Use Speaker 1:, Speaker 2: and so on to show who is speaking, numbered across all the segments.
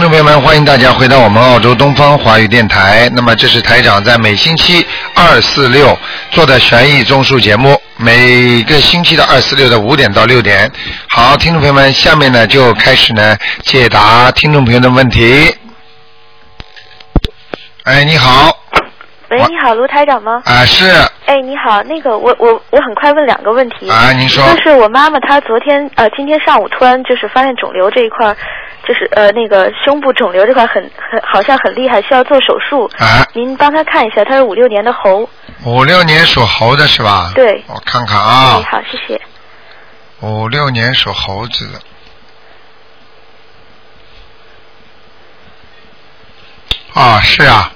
Speaker 1: 众朋友们，欢迎大家回到我们澳洲东方华语电台。那么这是台长在每星期二、四、六做的悬疑综述节目，每个星期的二、四、六的五点到六点。好，听众朋友们，下面呢就开始呢解答听众朋友的问题。哎，你好，
Speaker 2: 喂，你好，卢台长吗？
Speaker 1: 啊是
Speaker 2: 哎，你好，那个我我我很快问两个问题。
Speaker 1: 啊，您说，
Speaker 2: 就是我妈妈她昨天呃今天上午突然就是发现肿瘤这一块儿，就是呃那个胸部肿瘤这块很很好像很厉害，需要做手术。
Speaker 1: 啊，
Speaker 2: 您帮她看一下，她是五六年的猴。
Speaker 1: 五六年属猴的是吧？
Speaker 2: 对
Speaker 1: 我看看
Speaker 2: 哎，
Speaker 1: 啊，
Speaker 2: 好，谢谢。
Speaker 1: 五六年属猴子的，啊，是啊，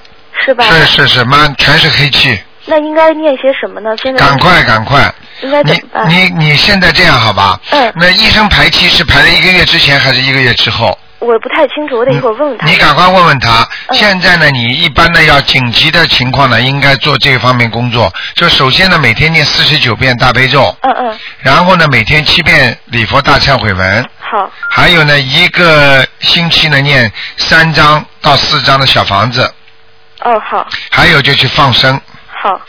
Speaker 2: 是吧？
Speaker 1: 是是是，满全是黑气，
Speaker 2: 那应该念些什么呢？现在
Speaker 1: 赶快赶快！
Speaker 2: 应该怎
Speaker 1: 你
Speaker 2: 么办？
Speaker 1: 你你现在这样好吧？
Speaker 2: 嗯
Speaker 1: 那医生排期是排了一个月之前还是一个月之后？
Speaker 2: 我不太清楚，我得一会儿问问她。
Speaker 1: 你赶快问问他。
Speaker 2: 嗯
Speaker 1: 现在呢，你一般呢要紧急的情况呢，应该做这方面工作。就首先呢，每天念四十九遍大悲咒，
Speaker 2: 嗯嗯，
Speaker 1: 然后呢，每天七遍礼佛大忏悔文，
Speaker 2: 好，
Speaker 1: 还有呢，一个星期呢念三章到四章的小房子，
Speaker 2: 哦好，
Speaker 1: 还有就去放生。
Speaker 2: 好，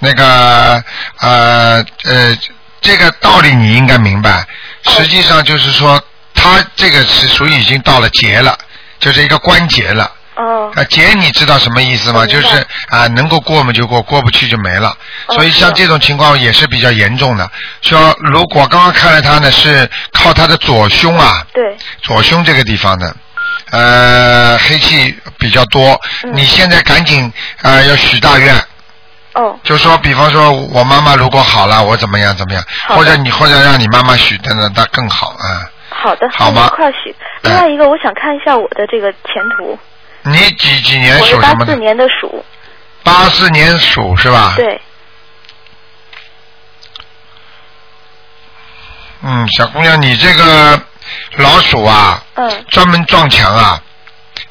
Speaker 1: 那个呃呃，这个道理你应该明白。
Speaker 2: 嗯
Speaker 1: 实际上就是说，他这个是属于已经到了节了，就是一个关节了。
Speaker 3: 嗯
Speaker 2: 哦
Speaker 1: 啊，节你知道什么意思吗？
Speaker 2: 我明
Speaker 1: 就
Speaker 2: 白
Speaker 1: 是啊，能够过嘛就过，过不去就没了。
Speaker 2: 哦
Speaker 1: 所以像这种情况也是比较严重的。说如果刚刚看了他呢，是靠他的左胸啊，
Speaker 2: 对，
Speaker 1: 左胸这个地方的，呃，黑气比较多。
Speaker 2: 嗯
Speaker 1: 你现在赶紧啊、呃要许大愿。
Speaker 2: 哦
Speaker 1: 就说，比方说，我妈妈如果好了，我怎么样怎么样，
Speaker 2: 好的
Speaker 1: 或者你或者让你妈妈许的呢，那更好啊、
Speaker 2: 好的，
Speaker 1: 好
Speaker 2: 那
Speaker 1: 吗
Speaker 2: 一块儿许。另外一个，我想看一下我的这个前途。
Speaker 1: 嗯。你几几年
Speaker 2: 我是
Speaker 1: 属什
Speaker 2: 八
Speaker 1: 么
Speaker 2: 四
Speaker 1: 的？
Speaker 2: 年的鼠，
Speaker 1: 八四年属是吧？。
Speaker 2: 对，
Speaker 1: 嗯，小姑娘，你这个老鼠啊，
Speaker 2: 嗯，
Speaker 1: 专门撞墙啊，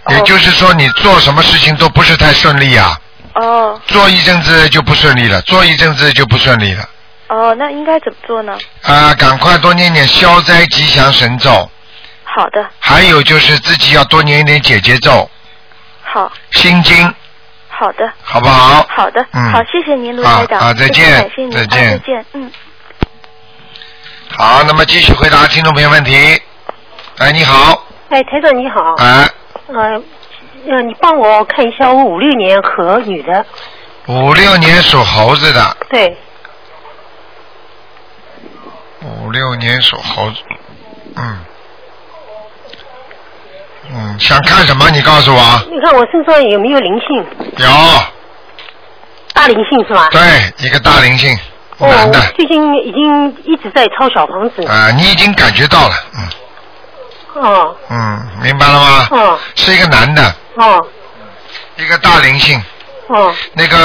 Speaker 1: 也
Speaker 2: 哦
Speaker 1: 就是说你做什么事情都不是太顺利啊，
Speaker 2: 哦
Speaker 1: 做一阵子就不顺利了，做一阵子就不顺利了。
Speaker 2: 哦，那应该怎么做呢？
Speaker 1: 啊、赶快多念点消灾吉祥神咒，
Speaker 2: 好的，
Speaker 1: 还有就是自己要多念一点解结咒、
Speaker 2: 好，
Speaker 1: 心经，
Speaker 2: 好的，
Speaker 1: 好不好？
Speaker 2: 好的，
Speaker 1: 嗯
Speaker 2: 好，谢谢您，卢台长，
Speaker 1: 好好再见
Speaker 2: 非常感谢您，
Speaker 1: 再
Speaker 2: 啊
Speaker 1: 见
Speaker 2: 再见，嗯。
Speaker 1: 好，那么继续回答听众朋友问题。哎，你好，
Speaker 4: 哎，台长你好，
Speaker 1: 哎，
Speaker 4: 呃，呃，你帮我看一下，我五六年和女的，
Speaker 1: 五六年属猴子的，
Speaker 4: 对，
Speaker 1: 五六年属猴子，嗯，嗯，想看什么？你告诉我。
Speaker 4: 你看我身上有没有灵性？
Speaker 1: 有，
Speaker 4: 大灵性是吧？
Speaker 1: 对，一个大灵性，
Speaker 4: 哦，
Speaker 1: 男的，
Speaker 4: 我
Speaker 1: 啊、
Speaker 4: 最近已经一直在抄小房子，
Speaker 1: 你已经感觉到了，嗯
Speaker 4: 哦，
Speaker 1: 嗯，明白了吗？
Speaker 4: 哦，
Speaker 1: 是一个男的，
Speaker 4: 哦，
Speaker 1: 一个大灵性，
Speaker 4: 哦，
Speaker 1: 那个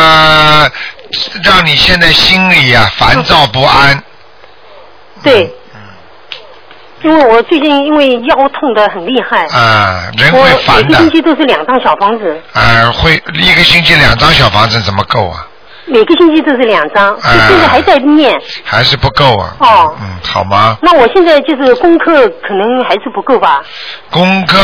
Speaker 1: 让你现在心里啊烦躁不安，
Speaker 4: 对，
Speaker 1: 嗯
Speaker 4: 因为我最近因为腰痛的很厉害，
Speaker 1: 啊、人
Speaker 4: 我
Speaker 1: 会
Speaker 4: 每
Speaker 1: 烦
Speaker 4: 个
Speaker 1: 的。
Speaker 4: 星期都是两张小房子，
Speaker 1: 呃，会一个星期两张小房子怎么够啊？
Speaker 4: 每个星期都是两张，
Speaker 1: 哎
Speaker 4: 现在还在念，
Speaker 1: 还是不够啊。
Speaker 4: 哦
Speaker 1: 嗯，好吗？
Speaker 4: 那我现在就是功课可能还是不够吧？
Speaker 1: 功课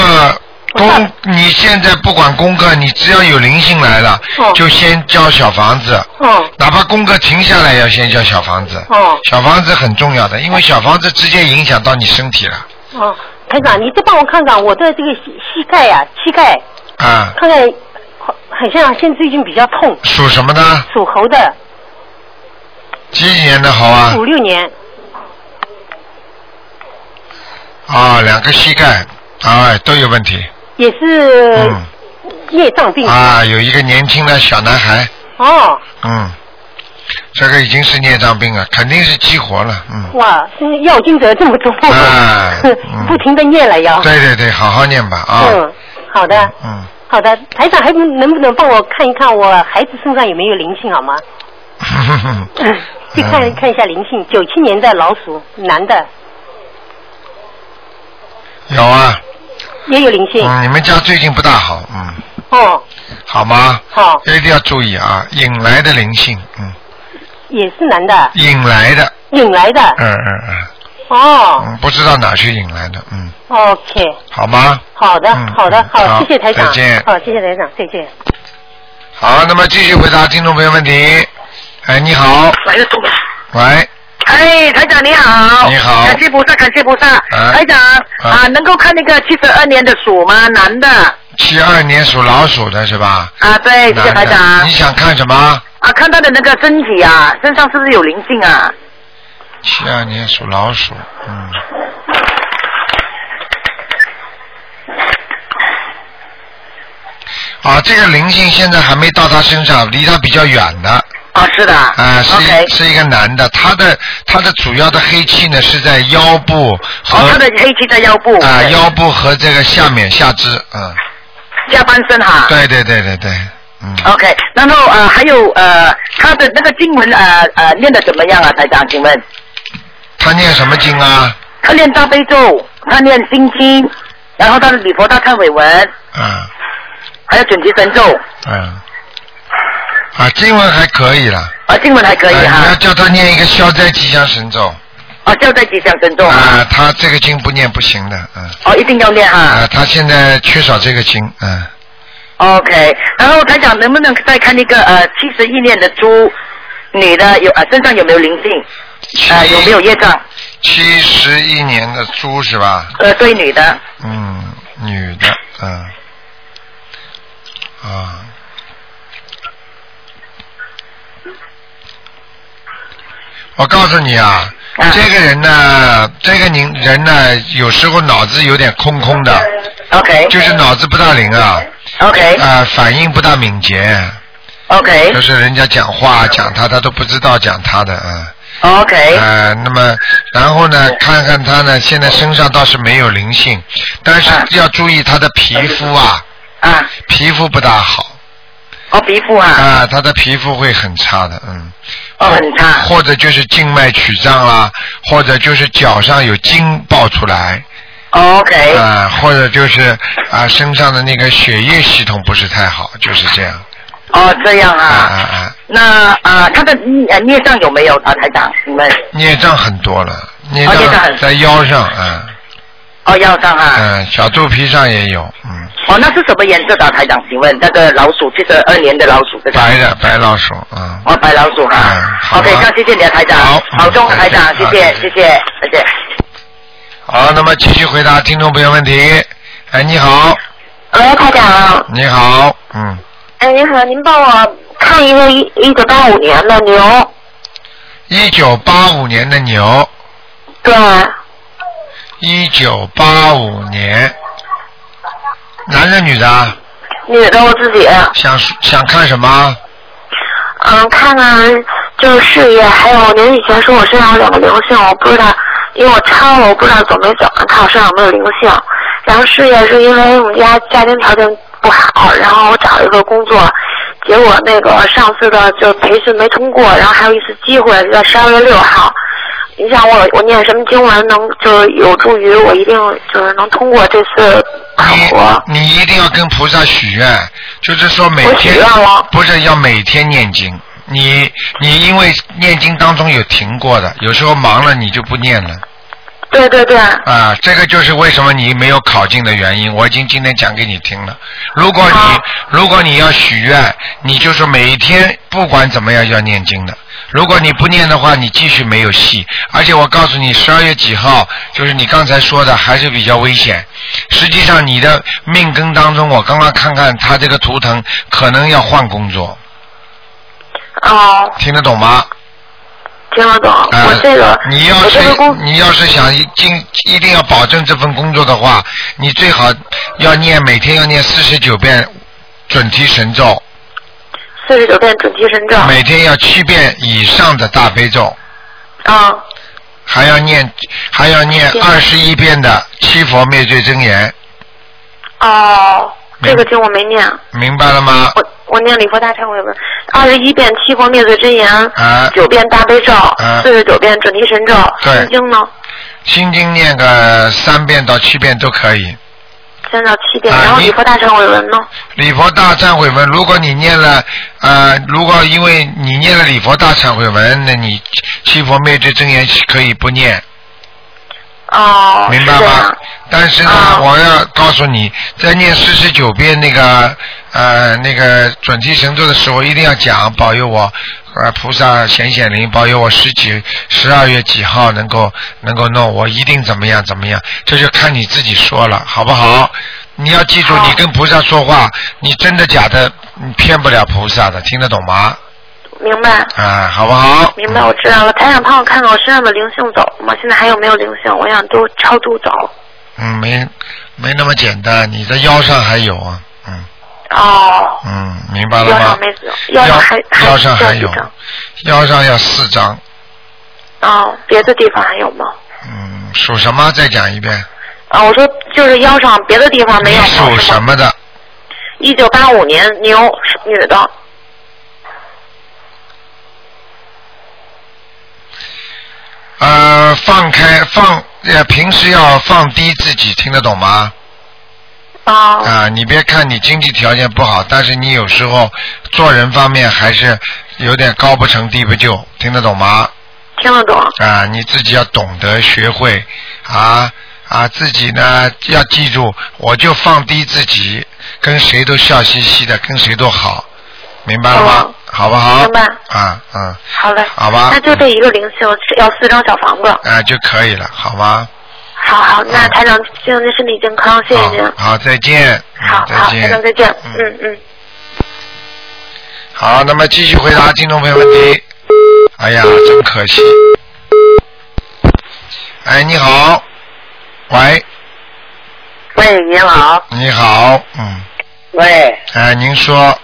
Speaker 4: 我看
Speaker 1: 功，你现在不管功课，你只要有灵性来了，
Speaker 4: 哦
Speaker 1: 就先交小房子，
Speaker 4: 哦，
Speaker 1: 哪怕功课停下来，要先交小房子。
Speaker 4: 哦。
Speaker 1: 小房子很重要的，因为小房子直接影响到你身体了
Speaker 4: 哦，台长，你再帮我看看我的这个膝膝盖呀、膝盖，
Speaker 1: 啊。
Speaker 4: 看看好好像现在最近比较痛，
Speaker 1: 属什么呢？
Speaker 4: 属猴的，
Speaker 1: 几几年的猴啊
Speaker 4: 五？六年，
Speaker 1: 啊，两个膝盖，啊，都有问题。
Speaker 4: 也是
Speaker 1: 嗯。
Speaker 4: 孽障病。
Speaker 1: 啊，有一个年轻的小男孩。
Speaker 4: 哦，
Speaker 1: 嗯，这个已经是孽障病了，肯定是激活了。嗯，
Speaker 4: 哇，现在要经者这么多，
Speaker 1: 哎
Speaker 4: 哦
Speaker 1: 嗯
Speaker 4: 不停的念了 要。
Speaker 1: 对对对，好好念吧啊。
Speaker 4: 嗯，好的，
Speaker 1: 嗯，
Speaker 4: 好的，台长还不能不能帮我看一看我孩子身上有没有灵性好吗？
Speaker 1: 嗯
Speaker 4: 去看看一下灵性，九七年的老鼠，男的
Speaker 1: 有啊，
Speaker 4: 也有灵性。
Speaker 1: 嗯，你们家最近不大好，嗯，
Speaker 4: 哦，
Speaker 1: 好吗？
Speaker 4: 好，
Speaker 1: 一定要注意啊，引来的灵性，嗯，
Speaker 4: 也是男的，
Speaker 1: 引来的，
Speaker 5: 哎
Speaker 4: 引来的。
Speaker 1: 嗯嗯嗯，
Speaker 4: 哦
Speaker 1: 嗯，不知道哪去引来的，嗯，
Speaker 4: ，OK，
Speaker 1: 好吗？
Speaker 4: 好的
Speaker 1: 嗯，
Speaker 4: 好的，
Speaker 1: 好
Speaker 4: 好，谢谢台长，
Speaker 1: 再见
Speaker 4: 好，谢谢台长，再见。
Speaker 1: 好，那么继续回答听众朋友问题。哎，你好，
Speaker 5: 来了，
Speaker 1: 喂，
Speaker 5: 哎，台长你好，
Speaker 1: 你好
Speaker 5: 感谢菩萨，感谢菩萨，
Speaker 1: 啊
Speaker 5: 台长啊，能够看那个七十二年的鼠吗？男的
Speaker 1: 七二年属老鼠的是吧？
Speaker 5: 啊，对，谢谢台
Speaker 1: 男的
Speaker 5: 长
Speaker 1: 你想看什么？
Speaker 5: 啊，看他的那个身体啊，身上是不是有灵性啊？
Speaker 1: 七二年属老鼠，嗯。啊，这个灵性现在还没到他身上，离他比较远的，
Speaker 5: 啊，是的，
Speaker 1: 啊，是一
Speaker 5: OK，
Speaker 1: 是一个男的，他的他的主要的黑气呢是在腰部和
Speaker 5: 哦，他的黑气在腰部
Speaker 1: 啊、
Speaker 5: 对
Speaker 1: 腰部和这个下面下肢，嗯，
Speaker 5: 下半身哈，
Speaker 1: 对对对对对，嗯，
Speaker 5: OK，然后呃还有呃他的那个经文呃呃念的怎么样啊，台长？请问
Speaker 1: 他念什么经啊？
Speaker 5: 他念大悲咒，他念心经，然后他的礼佛大忏悔文，
Speaker 1: 嗯
Speaker 5: 还有准提神咒，
Speaker 1: 嗯，啊，经文还可以了，
Speaker 5: 啊经文还可以
Speaker 1: 啊你要
Speaker 5: 哈，
Speaker 1: 叫他念一个消灾吉祥神咒，
Speaker 5: 啊就在吉祥神咒
Speaker 1: 啊
Speaker 5: 啊，，
Speaker 1: 他这个经不念不行的，嗯，
Speaker 5: 哦一定要念哈
Speaker 1: 啊，他现在缺少这个经，嗯，
Speaker 5: ，OK，然后台长能不能再看一个呃七十一年的猪女的有啊身上有没有灵性？啊、有没有业障？
Speaker 1: 七十一年的猪是吧？
Speaker 5: 呃对女的，
Speaker 1: 嗯，女的，嗯，啊，我告诉你啊，
Speaker 5: 啊
Speaker 1: 这个人呢，这个人人呢，有时候脑子有点空空的，
Speaker 5: ，OK
Speaker 1: 就是脑子不大灵啊，
Speaker 5: OK
Speaker 1: 啊，反应不大敏捷，
Speaker 5: OK
Speaker 1: 就是人家讲话讲他，他都不知道讲他的，嗯。
Speaker 5: OK
Speaker 1: 呃，那么然后呢，看看他呢，现在身上倒是没有灵性，但是
Speaker 5: 啊
Speaker 1: 要注意他的皮肤啊，
Speaker 5: 啊，
Speaker 1: 皮肤不大好
Speaker 5: 哦皮肤啊，
Speaker 1: 啊、他的皮肤会很差的，嗯，
Speaker 5: 哦很差。
Speaker 1: 或者就是静脉曲张啦，或者就是脚上有筋爆出来
Speaker 5: 哦 OK，、
Speaker 1: 啊、或者就是啊、身上的那个血液系统不是太好，就是这样
Speaker 5: 哦，这样
Speaker 1: 啊啊
Speaker 5: 啊。
Speaker 1: 啊，
Speaker 5: 那啊、呃他的呃孽障有没有啊，台长？你们
Speaker 1: 孽障很多了，孽
Speaker 5: 哦孽障
Speaker 1: 障
Speaker 5: 很
Speaker 1: 在腰上啊，
Speaker 5: 哦，腰上
Speaker 1: 嗯、
Speaker 5: 啊。
Speaker 1: 嗯，小肚皮上也有，嗯，
Speaker 5: 哦，那是什么颜色的、啊，台长？请问那个老鼠，七十二年的老鼠，这个。
Speaker 1: 白的白老鼠，嗯。
Speaker 5: 哦，白老鼠哈、
Speaker 1: 嗯好啊
Speaker 5: OK，那谢谢你的台长。
Speaker 1: 好
Speaker 5: 保重，
Speaker 1: 嗯
Speaker 5: 台长，谢
Speaker 1: 再
Speaker 5: 谢
Speaker 1: 见，
Speaker 5: 谢谢，再见。
Speaker 1: 好，那么继续回答听众朋友问题。哎，你好，
Speaker 6: 喂，台长，
Speaker 1: 你好，嗯，
Speaker 6: 哎，您好，您帮我看一个一一九八五年的牛，
Speaker 1: 一九八五年的牛，
Speaker 6: 对，
Speaker 5: 啊
Speaker 1: 一九八五年，男的女的啊？
Speaker 6: 女的我自己，
Speaker 1: 想想看什么？
Speaker 6: 嗯，看看就是事业，还有您以前说我身上有两个灵性，我不知道，因为我抄了，我不知道走没走，看我身上有没有灵性。然后事业是因为我们家家庭条件不好，然后我找了一个工作，结果那个上次的就培训没通过，然后还有一次机会在十二月六号。你想我我念什么经文能就是有助于我一定就是能通过这次哎考核？
Speaker 1: 你你一定要跟菩萨许愿，就是说每
Speaker 6: 啊我许
Speaker 1: 天
Speaker 6: 愿了
Speaker 1: 不是要每天念经。你你因为念经当中有停过的，有时候忙了你就不念了。
Speaker 6: 对对对，
Speaker 1: 啊，这个就是为什么你没有考进的原因。我已经今天讲给你听了。如果你、
Speaker 6: 好
Speaker 1: 如果你要许愿，你就是每一天不管怎么样要念经的。如果你不念的话，你继续没有戏。而且我告诉你，十二月几号，就是你刚才说的，还是比较危险。实际上，你的命根当中，我刚刚看看他这个图腾，可能要换工作，
Speaker 6: 哦，
Speaker 1: 听得懂吗？
Speaker 6: 听得懂。
Speaker 1: 呃
Speaker 6: 我这个
Speaker 1: 你要
Speaker 6: 我
Speaker 1: 是
Speaker 6: 这个工
Speaker 1: 你要是想一进一定要保证这份工作的话，你最好要念每天要念四十九遍准提神咒，
Speaker 6: 四十九遍准提神咒。
Speaker 1: 每天要七遍以上的大悲咒，
Speaker 6: 啊，
Speaker 1: 还要念还要念
Speaker 6: 对
Speaker 1: 二十一遍的七佛灭罪真言，
Speaker 6: 哦，
Speaker 1: 明
Speaker 6: 这个经我没念，
Speaker 1: 明白了吗？
Speaker 6: 我我念礼佛大忏悔文，二十一遍七佛灭罪真言，
Speaker 1: 啊，
Speaker 6: 九遍大悲咒
Speaker 1: 啊，
Speaker 6: 四十九遍准提神咒，
Speaker 1: 对
Speaker 6: 心经呢，
Speaker 1: 心经念个三遍到七遍都可以。
Speaker 6: 先到七遍，
Speaker 1: 啊
Speaker 6: 然后
Speaker 1: 你
Speaker 6: 礼佛大忏悔文呢，
Speaker 1: 礼佛大忏悔文，如果你念了，呃，如果因为你念了礼佛大忏悔文，那你七佛灭罪真言可以不念，
Speaker 6: 哦，
Speaker 1: 明白
Speaker 6: 是这啊
Speaker 1: 吗
Speaker 6: 样？
Speaker 1: 但是呢，我要告诉你，在念四十九遍那个呃那个准提神咒的时候，一定要讲保佑我呃菩萨显显灵，保佑我十几十二月几号能够能够弄，我一定怎么样怎么样，这就看你自己说了，好不好？
Speaker 6: 嗯
Speaker 1: 你要记住，你跟菩萨说话，你真的假的，你骗不了菩萨的，听得懂吗？
Speaker 6: 明白。
Speaker 1: 啊，好不好？
Speaker 6: 明白，我知道了。台长，帮我看看我身上的灵性走了吗？现在还有没有灵性？我想都超度走。
Speaker 1: 嗯，没没那么简单，你的腰上还有啊，嗯
Speaker 6: 哦，
Speaker 1: 嗯，明白了
Speaker 6: 腰
Speaker 1: 吗
Speaker 6: 上？没走，腰上还还
Speaker 1: 腰上还
Speaker 6: 需要
Speaker 1: 有
Speaker 6: 几张。，
Speaker 1: 腰上要四张，
Speaker 6: 哦，别的地方还有吗？
Speaker 1: 嗯，属什么？再讲一遍，
Speaker 6: 啊，我说就是腰上别的地方没
Speaker 1: 你
Speaker 6: 有吗。
Speaker 1: 属什么的？
Speaker 6: 一九八五年牛，是女的。
Speaker 1: 呃，放开放，呃，平时要放低自己，听得懂吗？
Speaker 6: 哦，
Speaker 1: 啊，你别看你经济条件不好，但是你有时候做人方面还是有点高不成低不就，听得懂吗？
Speaker 6: 听得懂。
Speaker 1: 啊，你自己要懂得学会啊啊，自己呢要记住，我就放低自己，跟谁都笑嘻嘻的，跟谁都好，明白了吗？
Speaker 6: 哦
Speaker 1: 好不好？
Speaker 6: 明白
Speaker 1: 啊啊
Speaker 6: 好嘞。
Speaker 1: 好吧
Speaker 6: 那就这一个灵性，要四张小房子。
Speaker 1: 啊就可以了，好吗？
Speaker 6: 好好，
Speaker 1: 嗯
Speaker 6: 那台长，希望您身体健康，谢谢您。
Speaker 1: 好，好，再见。嗯
Speaker 6: 好
Speaker 1: 再
Speaker 6: 好，台长
Speaker 1: 见。
Speaker 6: 再见。
Speaker 1: 嗯
Speaker 6: 嗯嗯。
Speaker 1: 好，那么继续回答听众朋友问题。哎呀，真可惜。哎，你好，喂，
Speaker 7: 喂，您好，
Speaker 1: 你好，嗯，
Speaker 7: 喂，
Speaker 1: 哎，您说，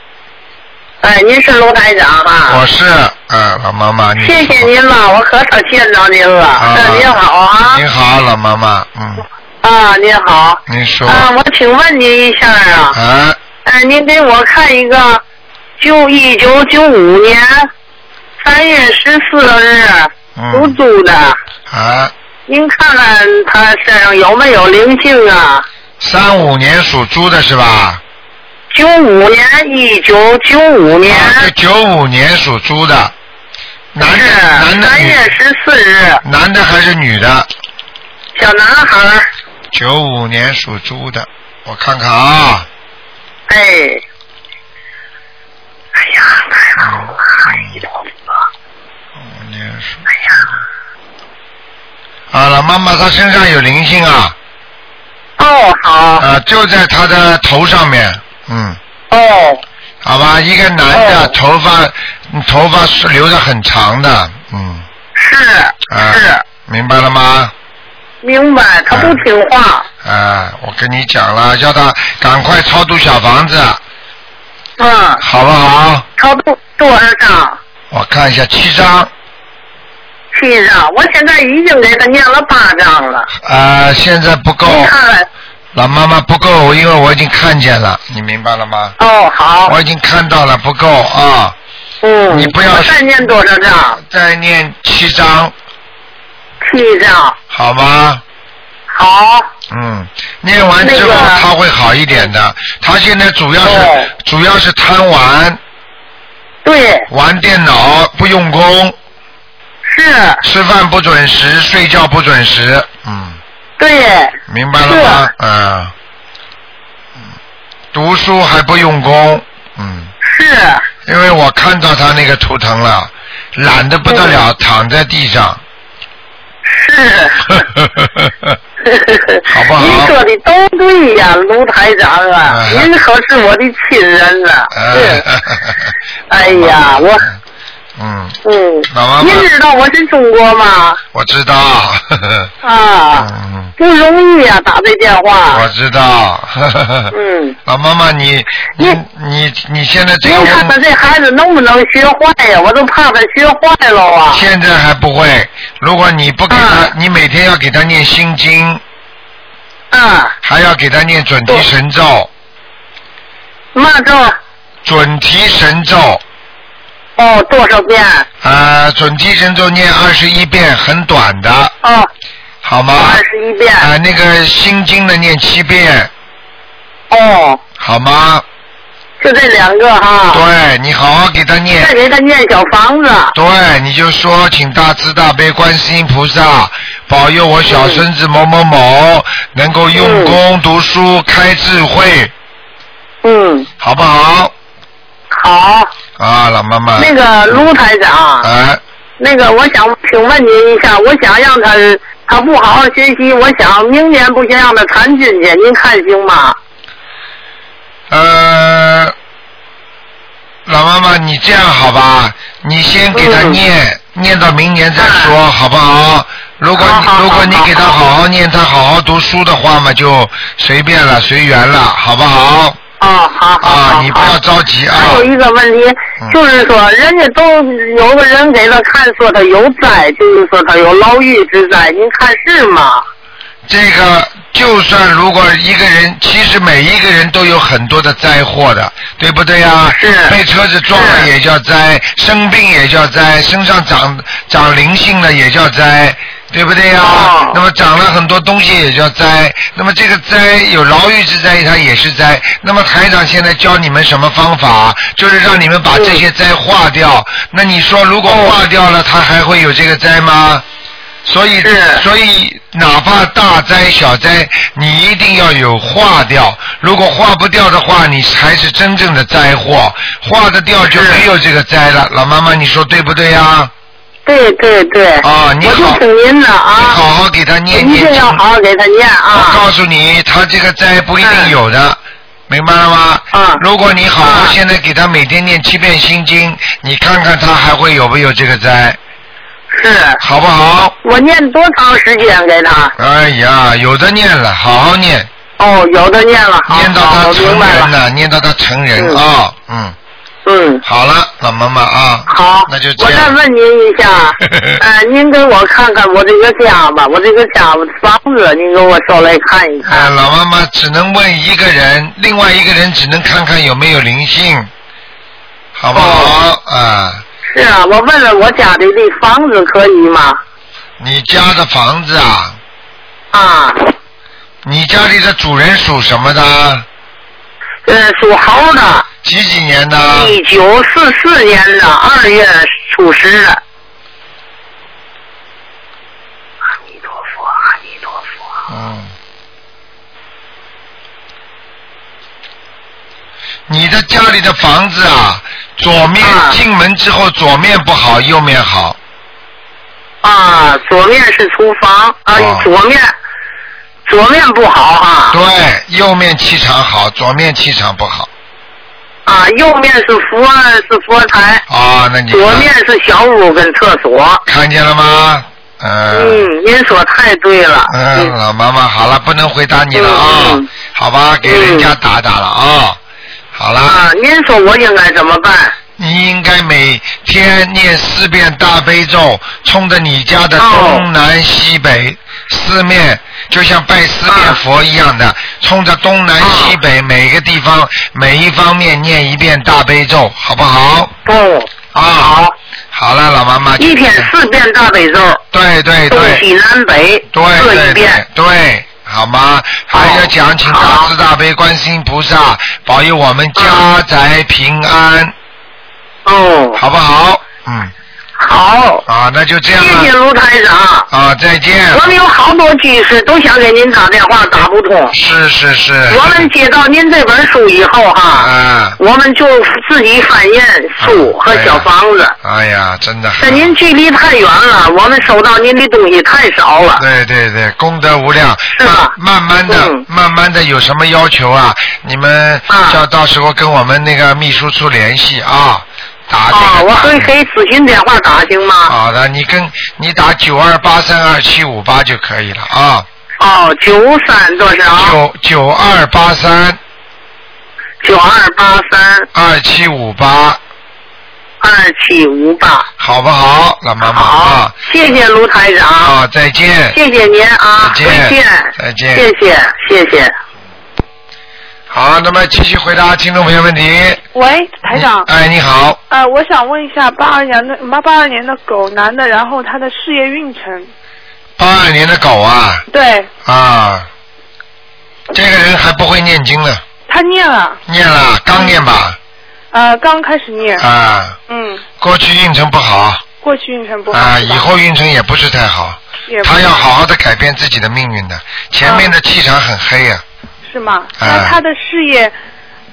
Speaker 7: 哎，您是卢台长哈、
Speaker 1: 我是，嗯，老妈妈，你
Speaker 7: 谢谢您了，我可少见着您了。
Speaker 1: 啊
Speaker 7: 呃您好啊，
Speaker 1: 您好，老妈妈，嗯，
Speaker 7: 啊，您好。
Speaker 1: 您说，
Speaker 7: 啊，我请问您一下啊，
Speaker 1: 啊，
Speaker 7: 呃，您给我看一个，就一九九五年三月十四日属
Speaker 1: 嗯，
Speaker 7: 猪的，
Speaker 1: 啊，
Speaker 7: 您看看他身上有没有灵性啊？
Speaker 1: 三五年属猪的是吧？
Speaker 7: 九五年，一九九五年，
Speaker 1: 啊，这九五年属猪的，男
Speaker 7: 是
Speaker 1: 的，男的，
Speaker 7: 三
Speaker 1: 女
Speaker 7: 月十四日，
Speaker 1: 男的还是女的？
Speaker 7: 小男孩儿，
Speaker 1: 九五年属猪的，我看看啊，
Speaker 7: 哎，哎呀，太好了，哎
Speaker 1: 五年属猪的。啊，老妈妈，她身上有灵性啊，
Speaker 7: 哦好，
Speaker 1: 啊，就在她的头上面，嗯。
Speaker 7: 哦
Speaker 1: 好吧，一个男的
Speaker 7: 哦
Speaker 1: 头发，嗯头发是留的很长的，嗯，
Speaker 7: 是
Speaker 1: 啊
Speaker 7: 是，
Speaker 1: 明白了吗？
Speaker 7: 明白，他不听话，
Speaker 1: 啊，我跟你讲了，叫他赶快超度小房子，
Speaker 7: 嗯，
Speaker 1: 好不好？
Speaker 7: 他不多少张？
Speaker 1: 我看一下七张，
Speaker 7: 七张，啊我现在已经给他念了八张了，
Speaker 1: 啊，现在不够，
Speaker 7: 您看看，
Speaker 1: 老妈妈不够，因为我已经看见了，你明白了吗？
Speaker 7: 哦好
Speaker 1: 我，已经看到了，不够啊，
Speaker 7: 嗯，
Speaker 1: 你不要
Speaker 7: 我再念多少张？
Speaker 1: 再念七张，
Speaker 7: 七张，
Speaker 1: 好吗？
Speaker 7: 好，
Speaker 1: 嗯，念完之后
Speaker 7: 那个
Speaker 1: 他会好一点的。他现在主要是、
Speaker 7: 哦
Speaker 1: 主要是贪玩，
Speaker 7: 对，
Speaker 1: 玩电脑不用功，
Speaker 7: 是，
Speaker 1: 吃饭不准时，睡觉不准时。嗯，
Speaker 7: 对，
Speaker 1: 明白了吗？嗯、读书还不用功。嗯，
Speaker 7: 是，
Speaker 1: 因为我看到他那个图腾了，懒得不得了，躺在地上。
Speaker 7: 嗯 是。
Speaker 1: 好不好
Speaker 7: 您说的都对呀，卢台长啊，
Speaker 1: 嗯
Speaker 7: 您可是我的亲人呐、
Speaker 1: 哎
Speaker 7: 是，哎呀，我，
Speaker 1: 嗯，
Speaker 7: 嗯，
Speaker 1: 老妈妈
Speaker 7: 您知道我是中国吗？
Speaker 1: 我知道。
Speaker 7: 啊，
Speaker 1: 嗯。
Speaker 7: 不容易啊，打这电
Speaker 1: 我
Speaker 7: 话。
Speaker 1: 知道。呵呵呵
Speaker 7: 嗯，
Speaker 1: 老妈妈，你你你你现在这个
Speaker 7: 您看看
Speaker 1: 问
Speaker 7: 这孩子能不能学坏呀、我都怕他学坏了啊。
Speaker 1: 现在还不会，如果你不给他，
Speaker 7: 嗯
Speaker 1: 你每天要给他念心经，
Speaker 7: 啊，
Speaker 1: 还要给他念准提神咒，
Speaker 7: 嘛咒，
Speaker 1: 准提神咒。
Speaker 7: 哦，多少遍？
Speaker 1: 啊，准提神咒念二十一遍，很短的，
Speaker 7: 哦，
Speaker 1: 好吗？
Speaker 7: 二十一遍。
Speaker 1: 啊，那个心经的念七遍，
Speaker 7: 哦，
Speaker 1: 好吗？
Speaker 7: 就这两个哈。
Speaker 1: 对你好好给他念
Speaker 7: 再，给他念小房子，
Speaker 1: 对，你就说请大慈大悲观世音菩萨保佑我小孙子某某某能够用功读书、开智慧，
Speaker 7: 嗯，
Speaker 1: 好不好？
Speaker 7: 好，
Speaker 1: 啊，老妈妈，
Speaker 7: 那个卢台长，
Speaker 1: 哎，
Speaker 7: 那个我想请问您一下，我想让他他不好好学习，我想明年不行让他参军去，您看行吗？
Speaker 1: 呃，老妈妈，你这样好吧？你先给他
Speaker 7: 嗯
Speaker 1: 念，念到明年再说，好不好？如果
Speaker 7: 哎好
Speaker 1: 你
Speaker 7: 好好
Speaker 1: 如果你
Speaker 7: 好
Speaker 1: 给他好好念，他好好读书的话嘛，就随便了，随缘了，好不好？
Speaker 7: 哦，好好好
Speaker 1: 啊，你不
Speaker 7: 好
Speaker 1: 要着急啊。
Speaker 7: 还有一个问题
Speaker 1: 嗯，
Speaker 7: 就是说，人家都有个人给他看，说他有灾，就是说他有牢狱之灾，您看是吗？
Speaker 1: 这个就算如果一个人，其实每一个人都有很多的灾祸的，对不对啊？
Speaker 7: 是
Speaker 1: 被车子撞了
Speaker 7: 是
Speaker 1: 也叫灾，生病也叫灾，身上长长灵性了也叫灾。对不对呀、
Speaker 7: 哦
Speaker 1: 那么长了很多东西也叫灾，那么这个灾有牢狱之灾，它也是灾。那么台长现在教你们什么方法，就是让你们把这些灾化掉。那你说如果
Speaker 7: 哦
Speaker 1: 化掉了，它还会有这个灾吗？所以
Speaker 7: 是，
Speaker 1: 所以哪怕大灾小灾，你一定要有化掉。如果化不掉的话，你才是真正的灾祸。化得掉就没有这个灾了。老妈妈，你说对不对呀、啊？
Speaker 7: 对对对，
Speaker 1: 啊你
Speaker 7: 我
Speaker 1: 好
Speaker 7: 就听您的
Speaker 1: 你
Speaker 7: 啊，
Speaker 1: 好好给他念
Speaker 7: 一
Speaker 1: 念
Speaker 7: 定
Speaker 1: 经
Speaker 7: 要。好好给他念
Speaker 1: 我
Speaker 7: 啊。嗯
Speaker 1: 告诉你，他这个灾不一定有的，明白了吗？
Speaker 7: 啊
Speaker 1: 如果你好好
Speaker 7: 啊
Speaker 1: 现在给他每天念七遍心经，你看看他还会有没有这个灾，
Speaker 7: 是，
Speaker 1: 好不好？
Speaker 7: 我念多长时间给他？
Speaker 1: 哎呀，有的念了，好好念。
Speaker 7: 哦，有的念了，好，
Speaker 1: 念到
Speaker 7: 好
Speaker 1: 他
Speaker 7: 我
Speaker 1: 成
Speaker 7: 明白
Speaker 1: 人
Speaker 7: 了。
Speaker 1: 了，念到他成人啊，嗯，
Speaker 7: 嗯，
Speaker 1: 好了，老妈妈啊，
Speaker 7: 好，
Speaker 1: 那就这
Speaker 7: 我再
Speaker 1: 样，，
Speaker 7: 问您一下 呃，您给我看看我这个家吧，我这个家房子，您给我稍来看一
Speaker 1: 哎，
Speaker 7: 看。
Speaker 1: 老妈妈只能问一个人，另外一个人只能看看有没有灵性，好不好啊？
Speaker 7: 哦是啊，我问问我家里的房子可以吗？
Speaker 1: 你家的房子啊，
Speaker 7: 啊，
Speaker 1: 你家里的主人属什么的？
Speaker 7: 呃，属猴的，
Speaker 1: 几几年的？
Speaker 7: 一九四四年的二月初十的。阿弥陀佛，阿弥陀佛。
Speaker 1: 嗯。你的家里的房子啊，左面
Speaker 7: 啊
Speaker 1: 进门之后左面不好，右面好。
Speaker 7: 啊，左面是厨房，啊
Speaker 1: 哦，
Speaker 7: 左面，左面不好啊。
Speaker 1: 对，右面气场好，左面气场不好。
Speaker 7: 啊，右面是佛是佛台，
Speaker 1: 啊，那你看
Speaker 7: 左面是小屋跟厕所。
Speaker 1: 看见了吗？嗯。
Speaker 7: 嗯，您说太对了。
Speaker 1: 嗯，老妈妈，好了，不能回答你了啊、
Speaker 7: 嗯嗯嗯
Speaker 1: 好吧，给人家打打了啊、好了、
Speaker 7: 啊，您说我应该怎么办？
Speaker 1: 你应该每天念四遍大悲咒，冲着你家的
Speaker 7: 哦
Speaker 1: 东南西北四面，就像拜四面
Speaker 7: 啊
Speaker 1: 佛一样的，冲着东南西北每个地方每一方面念一遍大悲咒，好不好？
Speaker 7: 哦，
Speaker 1: 啊，
Speaker 7: 好，
Speaker 1: 好了，老妈妈，
Speaker 7: 一天四遍大悲咒，
Speaker 1: 对对
Speaker 7: 东
Speaker 1: 对
Speaker 7: 西南北
Speaker 1: 对
Speaker 7: 各
Speaker 1: 对
Speaker 7: 一
Speaker 1: 对
Speaker 7: 遍。
Speaker 1: 对，好吗？还要讲，请大
Speaker 7: 好
Speaker 1: 慈大悲观世音菩萨保佑我们家宅平安，
Speaker 7: 嗯哦，
Speaker 1: 好不好？嗯，
Speaker 7: 好，
Speaker 1: 啊，那就这样
Speaker 7: 谢谢
Speaker 1: 了，
Speaker 7: 卢台长。
Speaker 1: 啊，再见。
Speaker 7: 我们有好多居士都想给您打电话，打不通。
Speaker 1: 是是是。
Speaker 7: 我们接到您这本书以后哈，
Speaker 1: 啊，
Speaker 7: 我们就自己翻印书和小房子。
Speaker 1: 哎呀，真的。
Speaker 7: 但您距离太远了，我们收到您的东西太少了。
Speaker 1: 对对对，功德无量。
Speaker 7: 是吧
Speaker 1: 慢慢的、
Speaker 7: 嗯
Speaker 1: 慢慢的有什么要求啊？你们
Speaker 7: 啊
Speaker 1: 叫到时候跟我们那个秘书处联系啊，打这个。
Speaker 7: 啊，我可以
Speaker 1: 打
Speaker 7: 给咨询电话打行吗？
Speaker 1: 好的，你跟你打九二八三二七五八就可以了啊，
Speaker 7: 哦，九三多少？
Speaker 1: 九九二八三
Speaker 7: 九二八三
Speaker 1: 二七五八，
Speaker 7: 二七五八。
Speaker 1: 好不好，老妈妈
Speaker 7: 好
Speaker 1: 啊？，
Speaker 7: 谢谢卢台长，
Speaker 1: 啊，再见。
Speaker 7: 谢谢您啊，
Speaker 1: 再
Speaker 7: 再
Speaker 1: 见哎
Speaker 7: 见，
Speaker 1: 再见
Speaker 7: 谢谢，谢谢。
Speaker 1: 好，那么继续回答听众朋友问题。
Speaker 8: 喂，台长
Speaker 1: 你，哎，你好，
Speaker 8: 呃，我想问一下八二年的八八二年的狗男的，然后他的事业运程，
Speaker 1: 八二年的狗啊
Speaker 8: 对
Speaker 1: 啊，这个人还不会念经呢，
Speaker 8: 他念了，
Speaker 1: 念了，刚念吧，
Speaker 8: 呃，刚开始念，
Speaker 1: 啊，
Speaker 8: 嗯，
Speaker 1: 过去运程不好，
Speaker 8: 过去运程不好，
Speaker 1: 啊，
Speaker 8: 是吧
Speaker 1: 以后运程也不是太好，
Speaker 8: 也不
Speaker 1: 他要好好的改变自己的命运的。前面的气场很黑啊呀、
Speaker 8: 是吗？
Speaker 1: 哎
Speaker 8: 那他的事业，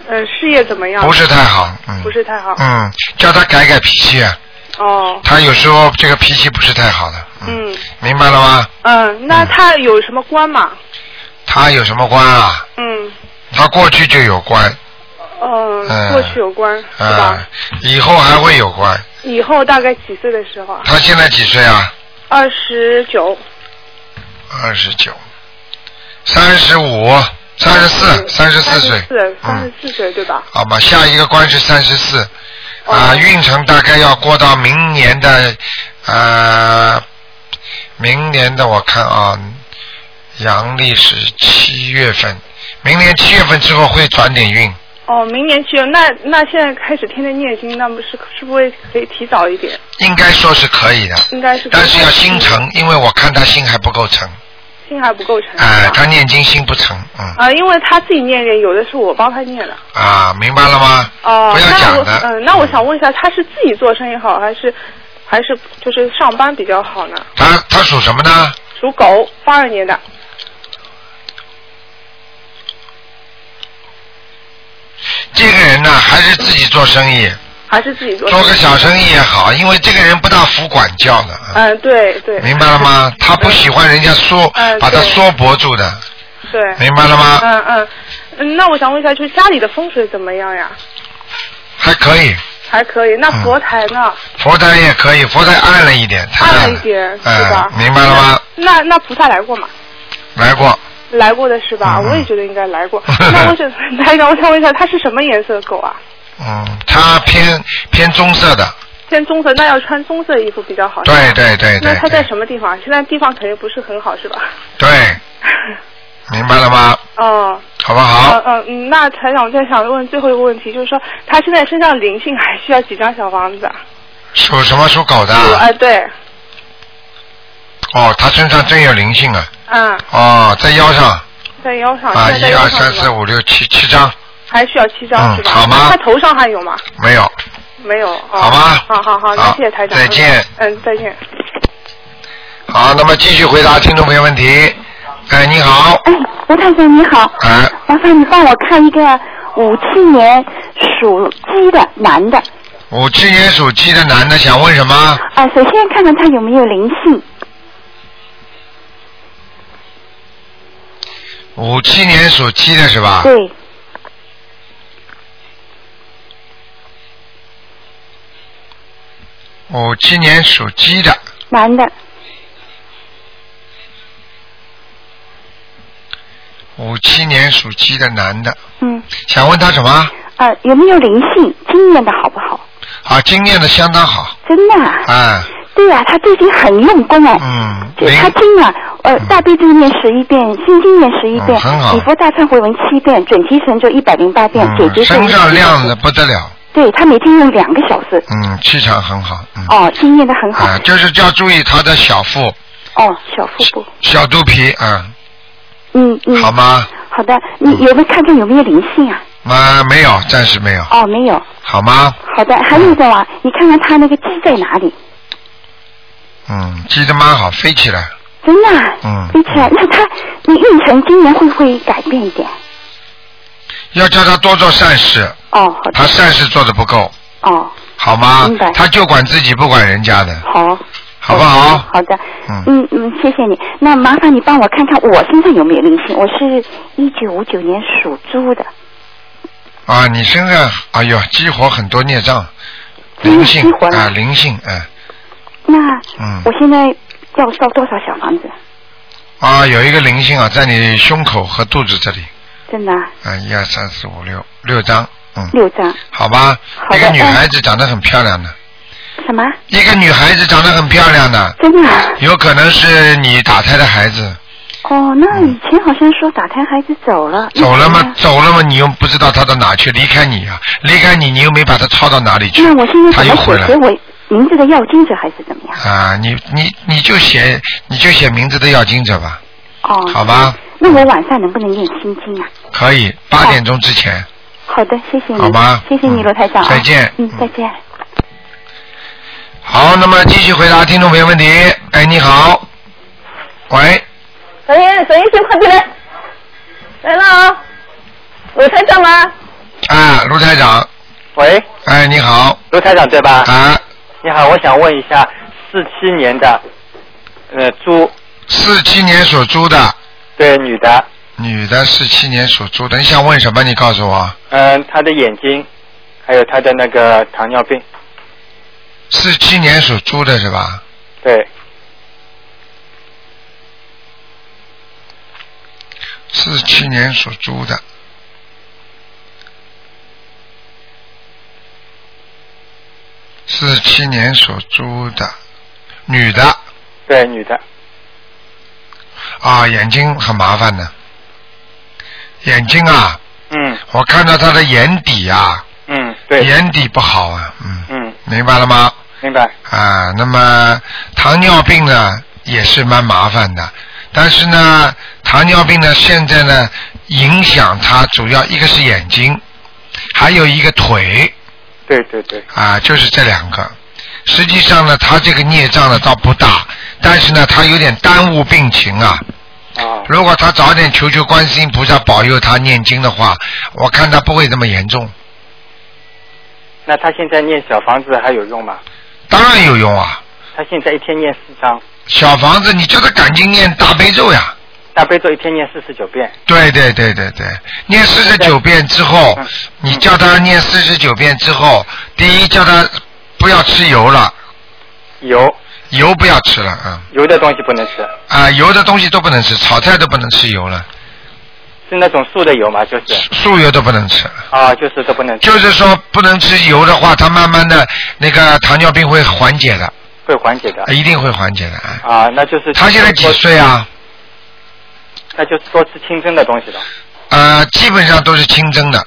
Speaker 8: 呃，事业怎么样？
Speaker 1: 不是太好，嗯
Speaker 8: 不是太好，
Speaker 1: 嗯，叫他改改脾气、啊，
Speaker 8: 哦，
Speaker 1: 他有时候这个脾气不是太好的，
Speaker 8: 嗯
Speaker 1: 明白了吗？
Speaker 8: 嗯，那他有什么官吗？
Speaker 1: 他有什么官啊？
Speaker 8: 嗯
Speaker 1: 他过去就有官，嗯
Speaker 8: 嗯，过去有关是吧？
Speaker 1: 啊，以后还会有官。
Speaker 8: 以后大概几岁的时候啊？
Speaker 1: 他现在几岁啊？
Speaker 8: 二十九，
Speaker 1: 二十九，三十五，三十四，三十四岁，
Speaker 8: 四，三
Speaker 1: 嗯
Speaker 8: 十，四岁对吧？
Speaker 1: 好吧，下一个官是三十四，啊，运程大概要过到明年的，呃，明年的我看啊，阳历是七月份，明年七月份之后会转点运，
Speaker 8: 哦，明年去，那那现在开始天天念经，那不是是不是可以提早一点？
Speaker 1: 应该说是可以的，
Speaker 8: 应该是可以，
Speaker 1: 但是要心诚，因为我看他心还不够诚，
Speaker 8: 心还不够诚实
Speaker 1: 哎、
Speaker 8: 吧
Speaker 1: 他念经心不诚，嗯，
Speaker 8: 啊，因为他自己念念，有的是我帮他念的。
Speaker 1: 啊，明白了吗？
Speaker 8: 哦，
Speaker 1: 不要
Speaker 8: 那
Speaker 1: 讲
Speaker 8: 我
Speaker 1: 的
Speaker 8: 嗯、那我想问一下，他是自己做生意好，还是还是就是上班比较好呢？
Speaker 1: 他他属什么呢？
Speaker 8: 属狗，八二年的。
Speaker 1: 这个人呢，还是自己做生意，
Speaker 8: 还是自己做生
Speaker 1: 做
Speaker 8: 意
Speaker 1: 个小生意也好，因为这个人不大服管教的，嗯
Speaker 8: 嗯，对对。
Speaker 1: 明白了 吗？他不喜欢人家缩，
Speaker 8: 嗯
Speaker 1: 把他
Speaker 8: 对
Speaker 1: 缩脖住的。
Speaker 8: 对。
Speaker 1: 明白了吗
Speaker 8: 嗯嗯嗯，那我想问一下，就是家里的风水怎么样呀？
Speaker 1: 还可以，
Speaker 8: 还可以。那
Speaker 1: 嗯
Speaker 8: 佛台呢？
Speaker 1: 佛台也可以，佛台暗了一点，太
Speaker 8: 暗
Speaker 1: 暗
Speaker 8: 了一点是吧
Speaker 1: 嗯，明白了吗？
Speaker 8: 那那菩萨来过吗？
Speaker 1: 来过，
Speaker 8: 来过的是吧？
Speaker 1: 嗯嗯
Speaker 8: 我也觉得应该 来过。那我想， 台长，我想问一下，它是什么颜色的狗啊？
Speaker 1: 嗯，他偏偏棕色的，
Speaker 8: 偏棕色，那要穿棕色衣服比较好。是吧
Speaker 1: 对对对
Speaker 8: 那
Speaker 1: 对
Speaker 8: 它在
Speaker 1: 对
Speaker 8: 什么地方？啊现在地方肯定不是很好，是吧？
Speaker 1: 对，明白了吗？
Speaker 8: 哦，
Speaker 1: 好不好
Speaker 8: 嗯？嗯嗯，那台长，我再想问最后一个问题，就是说他现在身上灵性还需要几张小房子啊？
Speaker 1: 属什么属狗的
Speaker 8: 我
Speaker 1: 啊？
Speaker 8: 哎，对，
Speaker 1: 哦，他身上真有灵性啊！
Speaker 8: 嗯，
Speaker 1: 哦，在腰上
Speaker 8: 在腰上，
Speaker 1: 啊，
Speaker 8: 现在
Speaker 1: 一
Speaker 8: 在腰
Speaker 1: 二
Speaker 8: 上
Speaker 1: 三
Speaker 8: 是
Speaker 1: 四
Speaker 8: 吧？
Speaker 1: 五六七七张
Speaker 8: 还需要七张
Speaker 1: 嗯
Speaker 8: 是吧？
Speaker 1: 好吗
Speaker 8: 那他头上还有吗？
Speaker 1: 没有。
Speaker 8: 没有。哦、
Speaker 1: 好吗
Speaker 8: 好好好，那
Speaker 1: 好
Speaker 8: 谢谢台长。
Speaker 1: 再见
Speaker 8: 嗯，再见。
Speaker 1: 好，那么继续回答听众朋友问题。哎，你好，
Speaker 9: 哎，罗太太你好，
Speaker 1: 哎，
Speaker 9: 麻烦你帮我看一个五七年属鸡的男的，
Speaker 1: 五七年属鸡的男的想问什么？
Speaker 9: 啊、首先看看他有没有灵性，
Speaker 1: 五七年属鸡的是吧？
Speaker 9: 对，
Speaker 1: 五七年属鸡的，
Speaker 9: 男的，
Speaker 1: 五七年属鸡的男的，
Speaker 9: 嗯，
Speaker 1: 想问他什么？
Speaker 9: 啊，有没有灵性，经验的好不好？
Speaker 1: 啊，经验的相当好，
Speaker 9: 真的、啊，
Speaker 1: 啊，
Speaker 9: 对啊，他最近很用功哎、
Speaker 1: 嗯，
Speaker 9: 就他
Speaker 1: 灵，
Speaker 9: 经啊，呃，大悲咒念十一遍，心经念十一遍
Speaker 1: 嗯很好，
Speaker 9: 礼佛大忏悔文七遍，准提神咒一百零八遍，解决
Speaker 1: 嗯，
Speaker 9: 咒
Speaker 1: 身上
Speaker 9: 118
Speaker 1: 亮的
Speaker 9: 遍
Speaker 1: 不得了，
Speaker 9: 对他每天用两个小时，
Speaker 1: 嗯，气场很好，嗯，
Speaker 9: 哦，经验的很好，
Speaker 1: 啊，就是要注意他的小腹、
Speaker 9: 哦，小腹部，
Speaker 1: 小肚皮，嗯，
Speaker 9: 嗯嗯，
Speaker 1: 好吗？
Speaker 9: 好的，你有没有看见有没有灵性啊？
Speaker 1: 啊，没有，暂时没有，
Speaker 9: 哦，没有。
Speaker 1: 好吗？
Speaker 9: 好的，还有一个啊，你看看他那个鸡在哪里？
Speaker 1: 嗯，鸡的蛮好，飞起来，
Speaker 9: 真的、啊，
Speaker 1: 嗯
Speaker 9: 飞起来。那他，你运程今年会不会改变一点？
Speaker 1: 要叫他多做善事，
Speaker 9: 哦，好的
Speaker 1: 他，善事做的不够，
Speaker 9: 哦，
Speaker 1: 好吗
Speaker 9: 明白？
Speaker 1: 他就管自己，不管人家的，
Speaker 9: 好，
Speaker 1: 好不好？
Speaker 9: 好的，
Speaker 1: 嗯
Speaker 9: 嗯嗯，谢谢你。那麻烦你帮我看看我身上有没有灵性？我是一九五九年属猪的，
Speaker 1: 啊，你身上，哎呦，激活很多孽障，
Speaker 9: 嗯
Speaker 1: 灵性
Speaker 9: 激活了
Speaker 1: 啊，灵性，哎，
Speaker 9: 那
Speaker 1: 嗯
Speaker 9: 我现在要烧多少小房子？
Speaker 1: 啊，有一个灵性啊，在你胸口和肚子这里，
Speaker 9: 真的啊
Speaker 1: 啊，一二三四五六六张，嗯，
Speaker 9: 六张？
Speaker 1: 好吧，
Speaker 9: 好的
Speaker 1: 一个女孩子长得很漂亮的，
Speaker 9: 什么？
Speaker 1: 一个女孩子长得很漂亮的，
Speaker 9: 真的、啊？
Speaker 1: 有可能是你打胎的孩子，
Speaker 9: 哦，那以前好像说打胎孩子走了，
Speaker 1: 走了
Speaker 9: 那
Speaker 1: 吗？走了吗？你又不知道他到哪去，离开你啊，离开你，你又没把他抄到哪里去
Speaker 9: 那，哎我现在
Speaker 1: 他
Speaker 9: 怎
Speaker 1: 又
Speaker 9: 么
Speaker 1: 回来
Speaker 9: 写写
Speaker 1: 了。
Speaker 9: 我名字的要经者还是怎么样？
Speaker 1: 啊，你你你就写你就写名字的要经者吧，
Speaker 9: 哦，
Speaker 1: 好吧？
Speaker 9: 那我晚上能不能念心经啊？
Speaker 1: 可以，八点钟之前。
Speaker 9: 好的，谢谢你，
Speaker 1: 好吧
Speaker 9: 谢谢你，罗台长、啊，
Speaker 1: 再见
Speaker 9: 嗯，再见。
Speaker 1: 好，那么继续回答听众朋友问题。哎，你好，喂，
Speaker 10: 哎
Speaker 11: 小英，小英，快进来，来了
Speaker 12: 哦
Speaker 11: 啊、鲁台长吗？
Speaker 1: 啊，卢台长，
Speaker 3: 喂，
Speaker 1: 哎，你好，
Speaker 3: 卢台长对吧？
Speaker 1: 啊。
Speaker 3: 你好，我想问一下，四七年的，呃，猪，
Speaker 1: 四七年属猪的
Speaker 3: 对，女的，
Speaker 1: 女的，四七年属猪的，你想问什么？你告诉我，
Speaker 3: 嗯、她的眼睛，还有她的那个糖尿病，
Speaker 1: 四七年属猪的是吧？
Speaker 3: 对，
Speaker 1: 四七年属猪的。四七年属猪的女的
Speaker 3: 对，女的，
Speaker 1: 啊，眼睛很麻烦的，眼睛啊，
Speaker 3: 嗯
Speaker 1: 我看到她的眼底啊，
Speaker 3: 嗯，对，
Speaker 1: 眼底不好啊，嗯，
Speaker 3: 嗯，
Speaker 1: 明白了吗？
Speaker 3: 明白，
Speaker 1: 啊，那么糖尿病呢也是蛮麻烦的，但是呢，糖尿病呢现在呢影响它主要一个是眼睛，还有一个腿
Speaker 3: 对对对，
Speaker 1: 啊，就是这两个。实际上呢，他这个孽障呢倒不大，但是呢，他有点耽误病情啊。
Speaker 3: 啊，
Speaker 1: 如果他早点求求观世音菩萨保佑他念经的话，我看他不会这么严重。
Speaker 3: 那她现在念小房子还有用吗？
Speaker 1: 当然有用啊，
Speaker 3: 她现在一天念四张，
Speaker 1: 小房子，你叫他赶紧念大悲咒呀。
Speaker 3: 大悲咒一天念四十九遍，
Speaker 1: 对对对对对，念四十九遍之后，你叫他念四十九遍之后，第一叫他不要吃油了，
Speaker 3: 油
Speaker 1: 油不要吃了，嗯
Speaker 3: 油的东西不能吃，
Speaker 1: 啊，油的东西都不能吃，炒菜都不能吃油了，
Speaker 3: 是那种素的油嘛，就是
Speaker 1: 素油都不能吃。
Speaker 3: 啊，就是都不能吃，
Speaker 1: 就是说不能吃油的话，他慢慢的那个糖尿病会缓解的，呃
Speaker 3: 会缓解的。
Speaker 1: 一定会缓解的。啊
Speaker 3: 啊，那就是
Speaker 1: 他现在几岁？啊？
Speaker 3: 那就是多吃清蒸的东西了。
Speaker 1: 呃，基本上都是清蒸的，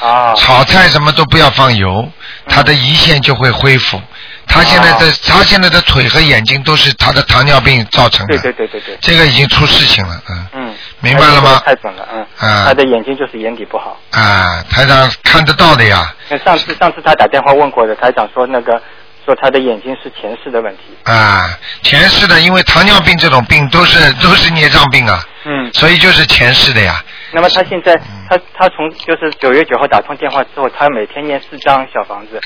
Speaker 3: 啊，
Speaker 1: 炒菜什么都不要放
Speaker 3: 嗯
Speaker 1: 油，他的胰腺就会恢复。他现在
Speaker 3: 啊
Speaker 1: 的他现在的腿和眼睛都是他的糖尿病造成
Speaker 3: 对对
Speaker 1: 的，
Speaker 3: 对对对，
Speaker 1: 这个已经出事情了，嗯。
Speaker 3: 嗯，
Speaker 1: 明白了吗
Speaker 3: 太准了，嗯，
Speaker 1: 啊
Speaker 3: 他的眼睛就是眼底不好。
Speaker 1: 啊，台长看得到的呀，
Speaker 3: 那上次上次他打电话问过的，台长说那个说他的眼睛是前世的问题。
Speaker 1: 啊，前世的，因为糖尿病这种病都是都是孽障病啊，
Speaker 3: 嗯，
Speaker 1: 所以就是前世的呀，
Speaker 3: 那么他现在
Speaker 1: 嗯
Speaker 3: 他他从就是九月九号打通电话之后，他每天念四张小房子，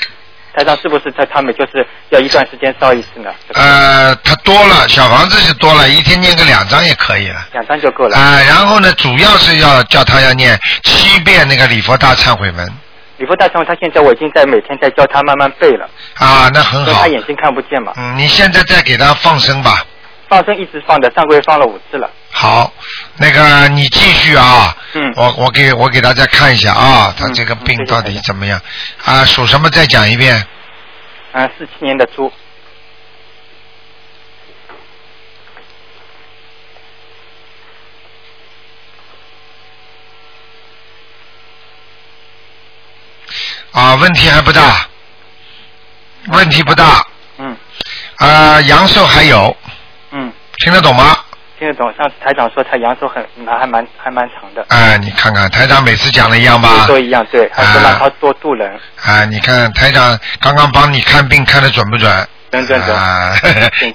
Speaker 3: 台长是不是他他们就是要一段时间烧一次呢？
Speaker 1: 呃，他多了，小房子是多了，一天念个两张也可以了。
Speaker 3: 两张就够了。
Speaker 1: 啊，然后呢，主要是要叫他要念七遍那个礼佛大忏悔文
Speaker 3: 李佛大忏悔，他现在我已经在每天在教他慢慢背了，
Speaker 1: 啊，那很
Speaker 3: 因为
Speaker 1: 好
Speaker 3: 他。眼睛看不见嘛。
Speaker 1: 嗯，你现在再给他放生吧。
Speaker 3: 放生一直放的，上个月放了五次了。
Speaker 1: 好，那个你继续啊，
Speaker 3: 嗯，
Speaker 1: 我我给我给大家看一下啊，他这个病到底怎么样啊？属什么？再讲一遍。
Speaker 3: 嗯，四七年的猪，
Speaker 1: 啊，问题还不大，问题不大。
Speaker 3: 嗯。
Speaker 1: 啊，阳寿还有，
Speaker 3: 嗯，
Speaker 1: 听得懂吗？
Speaker 3: 听得懂。上次台长说他阳寿很还蛮还蛮长的，
Speaker 1: 哎、你看看台长每次讲的一样吧？
Speaker 3: 都一样，对，他嗯说让他多度人，
Speaker 1: 啊，你看台长刚刚帮你看病看的准不准？
Speaker 3: 等等等，
Speaker 1: 啊，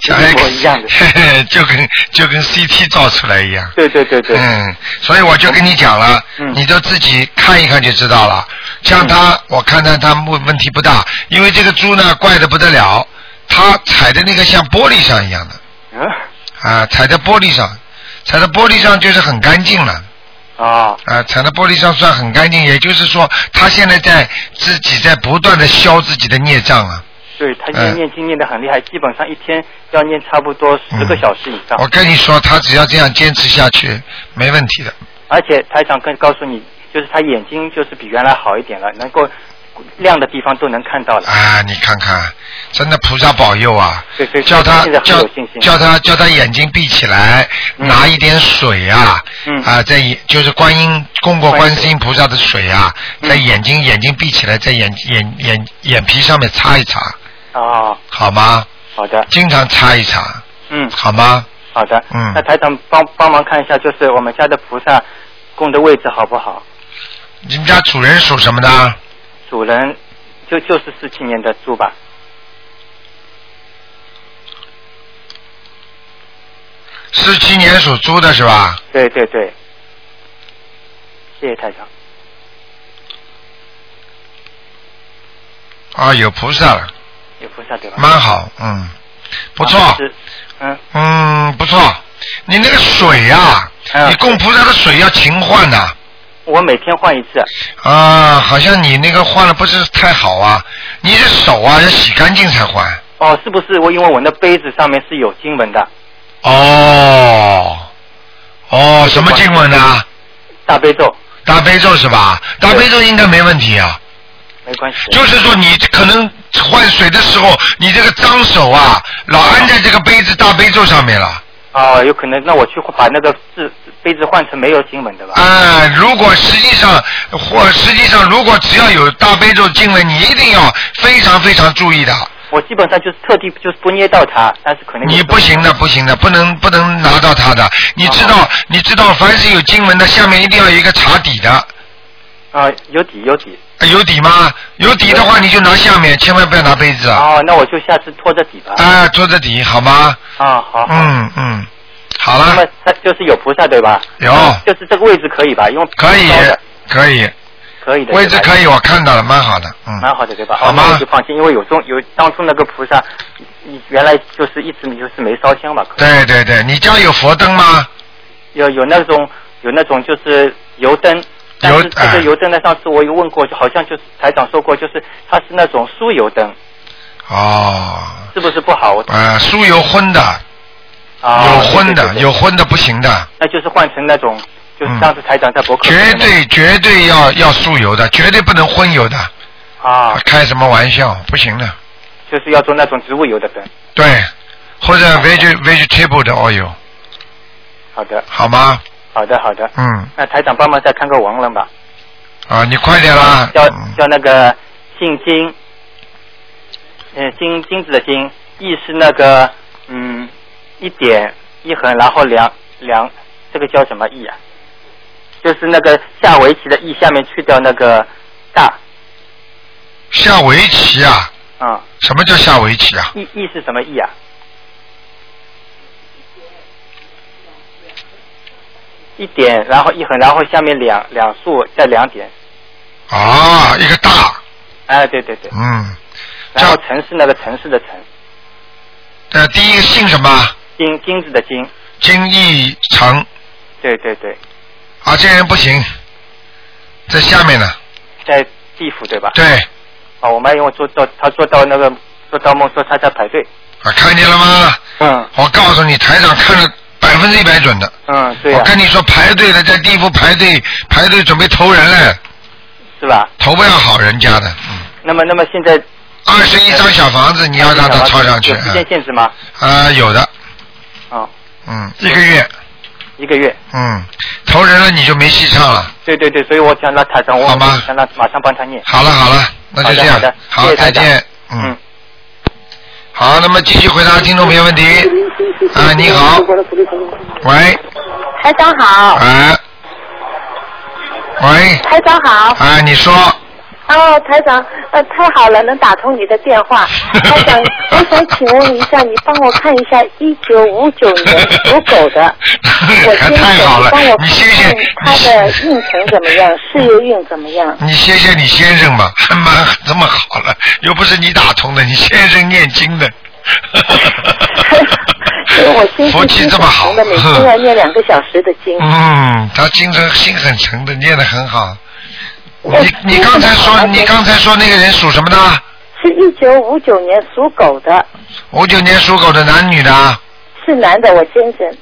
Speaker 3: 简直
Speaker 1: 小 X
Speaker 3: 一模一样的。
Speaker 1: 就跟就跟 CT 照出来一样。
Speaker 3: 对对对对，
Speaker 1: 嗯，所以我就跟你讲了，
Speaker 3: 嗯
Speaker 1: 你就自己看一看就知道了。像他，我看他他问问题不大，因为这个猪呢怪的不得了，它踩的那个像玻璃上一样的
Speaker 3: 嗯
Speaker 1: 啊，踩在玻璃上，踩在玻璃上就是很干净了。
Speaker 3: 啊，
Speaker 1: 啊，踩在玻璃上算很干净，也就是说，他现在在自己在不断的消自己的孽障啊。
Speaker 3: 对他
Speaker 1: 嗯
Speaker 3: 念念经念的很厉害，基本上一天要念差不多十
Speaker 1: 嗯
Speaker 3: 个小时以上，
Speaker 1: 我跟你说，他只要这样坚持下去，没问题的。
Speaker 3: 而且台长更告诉你，就是他眼睛就是比原来好一点了，能够亮的地方都能看到了。
Speaker 1: 啊，你看看，真的菩萨保佑啊！
Speaker 3: 对对，
Speaker 1: 叫他
Speaker 3: 现在很
Speaker 1: 叫
Speaker 3: 有信心。
Speaker 1: 叫他叫他眼睛闭起来，
Speaker 3: 嗯
Speaker 1: 拿一点水啊，
Speaker 3: 嗯
Speaker 1: 啊，在眼就是观音供过观
Speaker 3: 观
Speaker 1: 世
Speaker 3: 世
Speaker 1: 音菩萨的水啊，
Speaker 3: 嗯
Speaker 1: 在眼睛眼睛闭起来，在眼眼眼眼皮上面擦一擦，
Speaker 3: 啊，
Speaker 1: 好吗？
Speaker 3: 好的，
Speaker 1: 经常擦一擦，
Speaker 3: 嗯，
Speaker 1: 好吗？
Speaker 3: 好的，
Speaker 1: 嗯
Speaker 3: 那台长帮帮忙看一下，就是我们家的菩萨供的位置好不好？
Speaker 1: 你们家主人属什么的？
Speaker 3: 主人就就是四七年的猪吧？
Speaker 1: 四七年属猪的是吧？
Speaker 3: 对对对，谢谢台长。
Speaker 1: 啊，有菩萨了，
Speaker 3: 有菩萨对吧？
Speaker 1: 蛮好，嗯，不错，
Speaker 3: 啊是嗯，
Speaker 1: 嗯，不错。你那个水呀、你供菩萨的水要勤换呐、
Speaker 3: 嗯我每天换一次。
Speaker 1: 啊。好像你那个换的不是太好啊，你的手啊要洗干净才换。
Speaker 3: 哦，是不是我因为我那杯子上面是有经文的
Speaker 1: 哦，哦，什么经文呢、
Speaker 3: 大悲咒，
Speaker 1: 大悲咒是吧？大悲咒应该没问题啊。
Speaker 3: 没关系。
Speaker 1: 就是说你可能换水的时候，你这个脏手啊，老按在这个杯子大悲咒上面了。
Speaker 3: 哦，有可能那我去把那个字杯子换成没有经文的吧？
Speaker 1: 啊、如果实际上或实际上，如果只要有大悲咒经文，你一定要非常非常注意的。
Speaker 3: 我基本上就是特地就是不捏到它，但是可能
Speaker 1: 你不行的，不行的，不能不能拿到它的。你知
Speaker 3: 啊
Speaker 1: 道，你知道，凡是有经文的，下面一定要有一个茶底的。
Speaker 3: 啊、有底有底。
Speaker 1: 呃有底吗？有底的话，你就拿下面，千万不要拿杯子啊！
Speaker 3: 哦，那我就下次拖着底吧。
Speaker 1: 啊，桌子底好吗？
Speaker 3: 啊、好。
Speaker 1: 嗯嗯，好
Speaker 3: 那
Speaker 1: 了，
Speaker 3: 么它就是有菩萨对吧？啊
Speaker 1: 有
Speaker 3: 就是这个位置可以吧？因为
Speaker 1: 可以可以，
Speaker 3: 可以的。
Speaker 1: 位置
Speaker 3: 对吧
Speaker 1: 可以，我看到了，蛮好的，嗯。
Speaker 3: 蛮好的对吧？
Speaker 1: 好
Speaker 3: 哦
Speaker 1: 吗
Speaker 3: 那我就放心，因为有中有当初那个菩萨，原来就是一直就是没烧香吧？可
Speaker 1: 对对对，你家有佛灯吗？
Speaker 3: 有有那种有那种就是油灯。但是
Speaker 1: 哎
Speaker 3: 这个油灯呢，上次我有问过，就好像就是台长说过，就是它是那种酥油灯，
Speaker 1: 哦，
Speaker 3: 是不是不好？我
Speaker 1: 呃，酥油荤的，
Speaker 3: 啊，
Speaker 1: 有
Speaker 3: 对
Speaker 1: 荤的，
Speaker 3: 对对对
Speaker 1: 有荤的不行的，
Speaker 3: 那就是换成那种，就是上次台长在博客说的
Speaker 1: 绝
Speaker 3: 那种
Speaker 1: 对绝对要要酥油的，绝对不能荤油的。
Speaker 3: 啊，
Speaker 1: 开什么玩笑，不行的。
Speaker 3: 就是要做那种植物油的灯。
Speaker 1: 对，或者 veg vegetable 的 oil，
Speaker 3: 好的，
Speaker 1: 好吗？
Speaker 3: 好的，好的。
Speaker 1: 嗯，
Speaker 3: 那台长帮忙再看个王人吧，
Speaker 1: 啊，你快点啦，
Speaker 3: 叫叫那个姓金，嗯，金金子的金，义是那个嗯一点一横，然后两两，这个叫什么义啊？就是那个下围棋的义，下面去掉那个大，
Speaker 1: 下围棋啊？
Speaker 3: 啊、
Speaker 1: 什么叫下围棋啊？
Speaker 3: 义义是什么义啊？一点，然后一横，然后下面两两竖，再两点。
Speaker 1: 啊，一个大，
Speaker 3: 哎，对对对。
Speaker 1: 嗯，
Speaker 3: 然后城市那个城市的城，
Speaker 1: 呃，第一个姓什么？
Speaker 3: 金金子的金，
Speaker 1: 金义成
Speaker 3: 对对对，
Speaker 1: 啊，这人不行，在下面呢。
Speaker 3: 在地府对吧？
Speaker 1: 对，
Speaker 3: 哦，我妈因为做到她做到那个做到梦说她在排队，
Speaker 1: 啊，看见了吗？
Speaker 3: 嗯。
Speaker 1: 我告诉你，台长看了百分之一百准的。
Speaker 3: 嗯，对
Speaker 1: 我
Speaker 3: 呀、
Speaker 1: 跟你说，排队的在地府排队，排队准备投人嘞，
Speaker 3: 是吧？
Speaker 1: 投不了好人家的。嗯
Speaker 3: 那么那么现在
Speaker 1: 二十一张小房子，你要让他抄上去
Speaker 3: 有时
Speaker 1: 啊
Speaker 3: 间限制吗？
Speaker 1: 啊，有的，
Speaker 3: 哦，
Speaker 1: 嗯，一个月，
Speaker 3: 一个月，
Speaker 1: 嗯，投人了你就没戏唱了。
Speaker 3: 对对对，所以我想让台长，我
Speaker 1: 好吗
Speaker 3: 想让马上帮他念。
Speaker 1: 好了好了，那就这样
Speaker 3: 好的，
Speaker 1: 好，
Speaker 3: 好的谢谢
Speaker 1: 再
Speaker 3: 台长
Speaker 1: 见，嗯。好，那么继续回答听众朋友问题。啊，你好，喂，
Speaker 12: 台长好，
Speaker 1: 啊，喂，
Speaker 12: 台长好，
Speaker 1: 啊，你说，
Speaker 12: 哦，台长，呃，太好了，能打通你的电 话。台长，我想请问一下，你帮我看一下一九五九年属狗 的，我先生，你帮我看看他的运程怎么样，事业运怎么样？
Speaker 1: 你谢谢你先生 吧，还蛮这么好了，又不是你打通的，你先生念经的，
Speaker 12: 因为我先
Speaker 1: 佛
Speaker 12: 生
Speaker 1: 气
Speaker 12: 经
Speaker 1: 这
Speaker 12: 常
Speaker 1: 么好
Speaker 12: 的，每天要念两个小时的经。
Speaker 1: 嗯，他精神心很诚的，念得很好。你你刚才
Speaker 12: 好
Speaker 1: 说
Speaker 12: 的
Speaker 1: 你刚才说那个人属什么的？
Speaker 12: 是一九五九年属狗的，
Speaker 1: 五九年属狗的男女的？
Speaker 12: 是男的，我先生。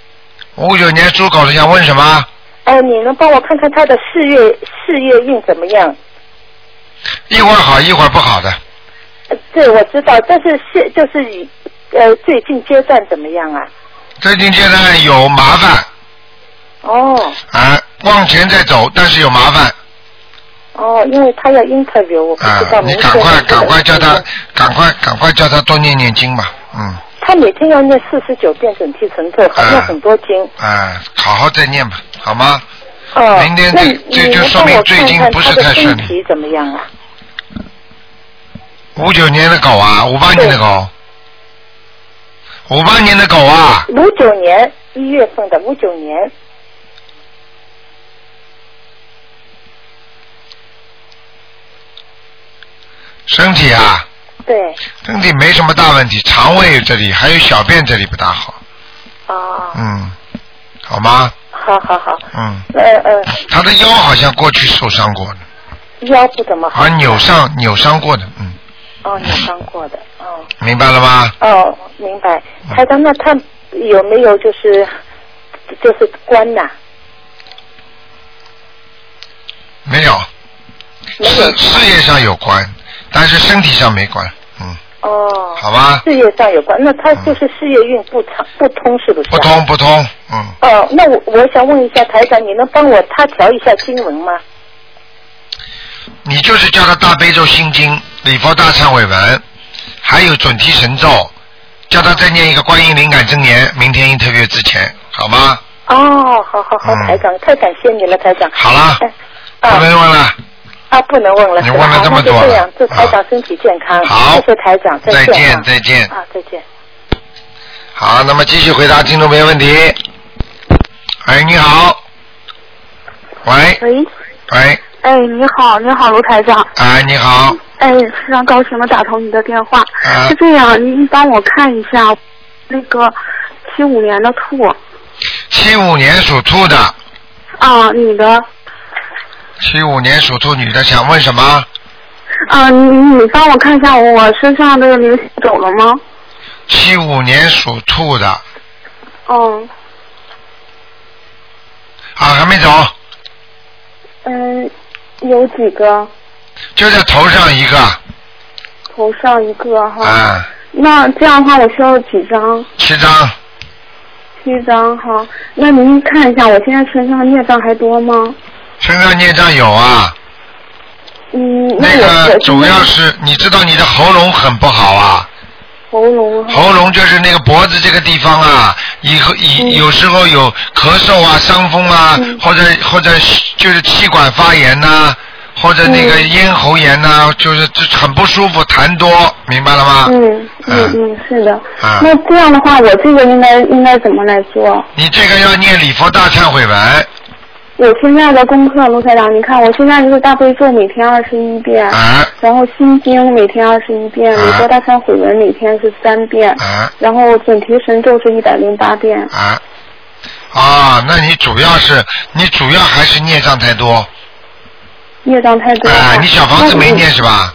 Speaker 1: 五九年属狗的想问什么？
Speaker 12: 哦，你能帮我看看他的事业事业运怎么样？
Speaker 1: 一会儿好，一会儿不好的。
Speaker 12: 呃对，我知道，但是现就是以呃最近阶段怎么样啊？
Speaker 1: 最近阶段有麻烦
Speaker 12: 哦
Speaker 1: 啊，往前在走，但是有麻烦
Speaker 12: 哦，因为他要 interview，我不
Speaker 1: 啊
Speaker 12: 知道。
Speaker 1: 你
Speaker 12: 明
Speaker 1: 赶
Speaker 12: 天
Speaker 1: 快
Speaker 12: 是
Speaker 1: 赶快叫他赶快赶快叫他多念念经吧，嗯。
Speaker 12: 他每天要念四十九遍准提神咒，好像很多经。
Speaker 1: 啊，好好再念吧，好吗？
Speaker 12: 哦，
Speaker 1: 明天
Speaker 12: 那
Speaker 1: 这
Speaker 12: 你
Speaker 1: 这就
Speaker 12: 能
Speaker 1: 说
Speaker 12: 帮
Speaker 1: 明
Speaker 12: 我
Speaker 1: 最
Speaker 12: 看
Speaker 1: 近
Speaker 12: 看
Speaker 1: 不
Speaker 12: 他
Speaker 1: 是
Speaker 12: 的
Speaker 1: 太
Speaker 12: 身
Speaker 1: 顺利
Speaker 12: 体怎么样啊？嗯
Speaker 1: 五九年的狗啊，五八年的
Speaker 12: 哦
Speaker 1: 狗，五八年的狗啊，
Speaker 12: 五九年一月份的，五九年
Speaker 1: 身体啊，
Speaker 12: 对，
Speaker 1: 身体没什么大问题，肠胃这里还有小便这里不大好。
Speaker 12: 哦。
Speaker 1: 嗯，好吗？
Speaker 12: 好好好，
Speaker 1: 嗯，
Speaker 12: 呃呃，
Speaker 1: 他的腰好像过去受伤过的，
Speaker 12: 哦腰不怎么好，
Speaker 1: 好像啊扭伤扭伤过的，嗯，
Speaker 12: 哦，扭伤过的，哦
Speaker 1: 明白了吗？
Speaker 12: 哦，明白。
Speaker 1: 嗯
Speaker 12: 台长，那他有没有就是就是关呐、
Speaker 1: 没有，事事业上有关，但是身体上没关，嗯，
Speaker 12: 哦，
Speaker 1: 好吧
Speaker 12: 事业上有关，那他就是事业运不畅不通，是不
Speaker 1: 嗯
Speaker 12: 是、
Speaker 1: 不通。不通，嗯，
Speaker 12: 哦，那我我想问一下台长，你能帮我他调一下经文吗？
Speaker 1: 你就是叫他大悲咒心经、礼佛大忏悔文，还有准提神咒，叫他再念一个观音灵感真言，明天 interview 之前，好吗？
Speaker 12: 哦，好好好，
Speaker 1: 嗯
Speaker 12: 台长，太感谢你了，台长。
Speaker 1: 好了，
Speaker 12: 不
Speaker 1: 能问了。
Speaker 12: 啊，不能问了。
Speaker 1: 你
Speaker 12: 是吧
Speaker 1: 问了这么多
Speaker 12: 啊那就这
Speaker 1: 了
Speaker 12: 样，祝台长身体健康。
Speaker 1: 好
Speaker 12: 谢谢台长，
Speaker 1: 再
Speaker 12: 见
Speaker 1: 见
Speaker 12: 啊
Speaker 1: 再见
Speaker 12: 啊，再见。
Speaker 1: 好，那么继续回答听众朋友问题。哎，你好，喂
Speaker 10: 喂，
Speaker 1: 喂，
Speaker 10: 哎，你好，你好，卢台长，
Speaker 1: 哎，你好，
Speaker 10: 哎，非常高兴的打通你的电话。
Speaker 1: 啊
Speaker 10: 是这样，你你帮我看一下那个七五年的兔
Speaker 1: 七五年属兔的，
Speaker 10: 啊，你的
Speaker 1: 七五年属兔女的想问什么？
Speaker 10: 啊，你你帮我看一下我身上的灵性走了吗？
Speaker 1: 七五年属兔的
Speaker 6: 哦
Speaker 10: 嗯
Speaker 1: 啊，还没走，
Speaker 10: 嗯，有几个
Speaker 1: 就在头上一个
Speaker 10: 头上一个哈，
Speaker 1: 啊，
Speaker 10: 那这样的话我需要几张？
Speaker 1: 七张
Speaker 10: 七张哈。那您看一下我现在身上孽障还多吗？
Speaker 1: 身上孽障有啊，
Speaker 10: 嗯， 那
Speaker 1: 那
Speaker 10: 我
Speaker 1: 个
Speaker 10: 我
Speaker 1: 主要是你知道你的喉咙很不好啊，
Speaker 10: 喉咙哈
Speaker 1: 喉咙就是那个脖子这个地方啊，以后
Speaker 10: 嗯
Speaker 1: 以有时候有咳嗽啊、伤风啊，或者或者就是气管发炎呐、或者那
Speaker 10: 嗯
Speaker 1: 个咽喉炎呐、就是就很不舒服，痰多，明白了吗？
Speaker 10: 嗯嗯嗯，是的。
Speaker 1: 啊
Speaker 10: 那这样的话，我这个应该应该怎么来做？
Speaker 1: 你这个要念礼佛大忏悔文
Speaker 10: 我现在的功课，卢台长，你看我现在就是大悲咒每天二十一遍，
Speaker 1: 啊
Speaker 10: 然后心经每天二十一遍，
Speaker 1: 啊
Speaker 10: 礼佛大忏悔文每天是三遍，
Speaker 1: 啊
Speaker 10: 然后准提神咒是一百零八遍。
Speaker 1: 啊啊，那你主要是你主要还是孽障太多
Speaker 10: 业障太多了。
Speaker 1: 啊，你小房子没念是吧？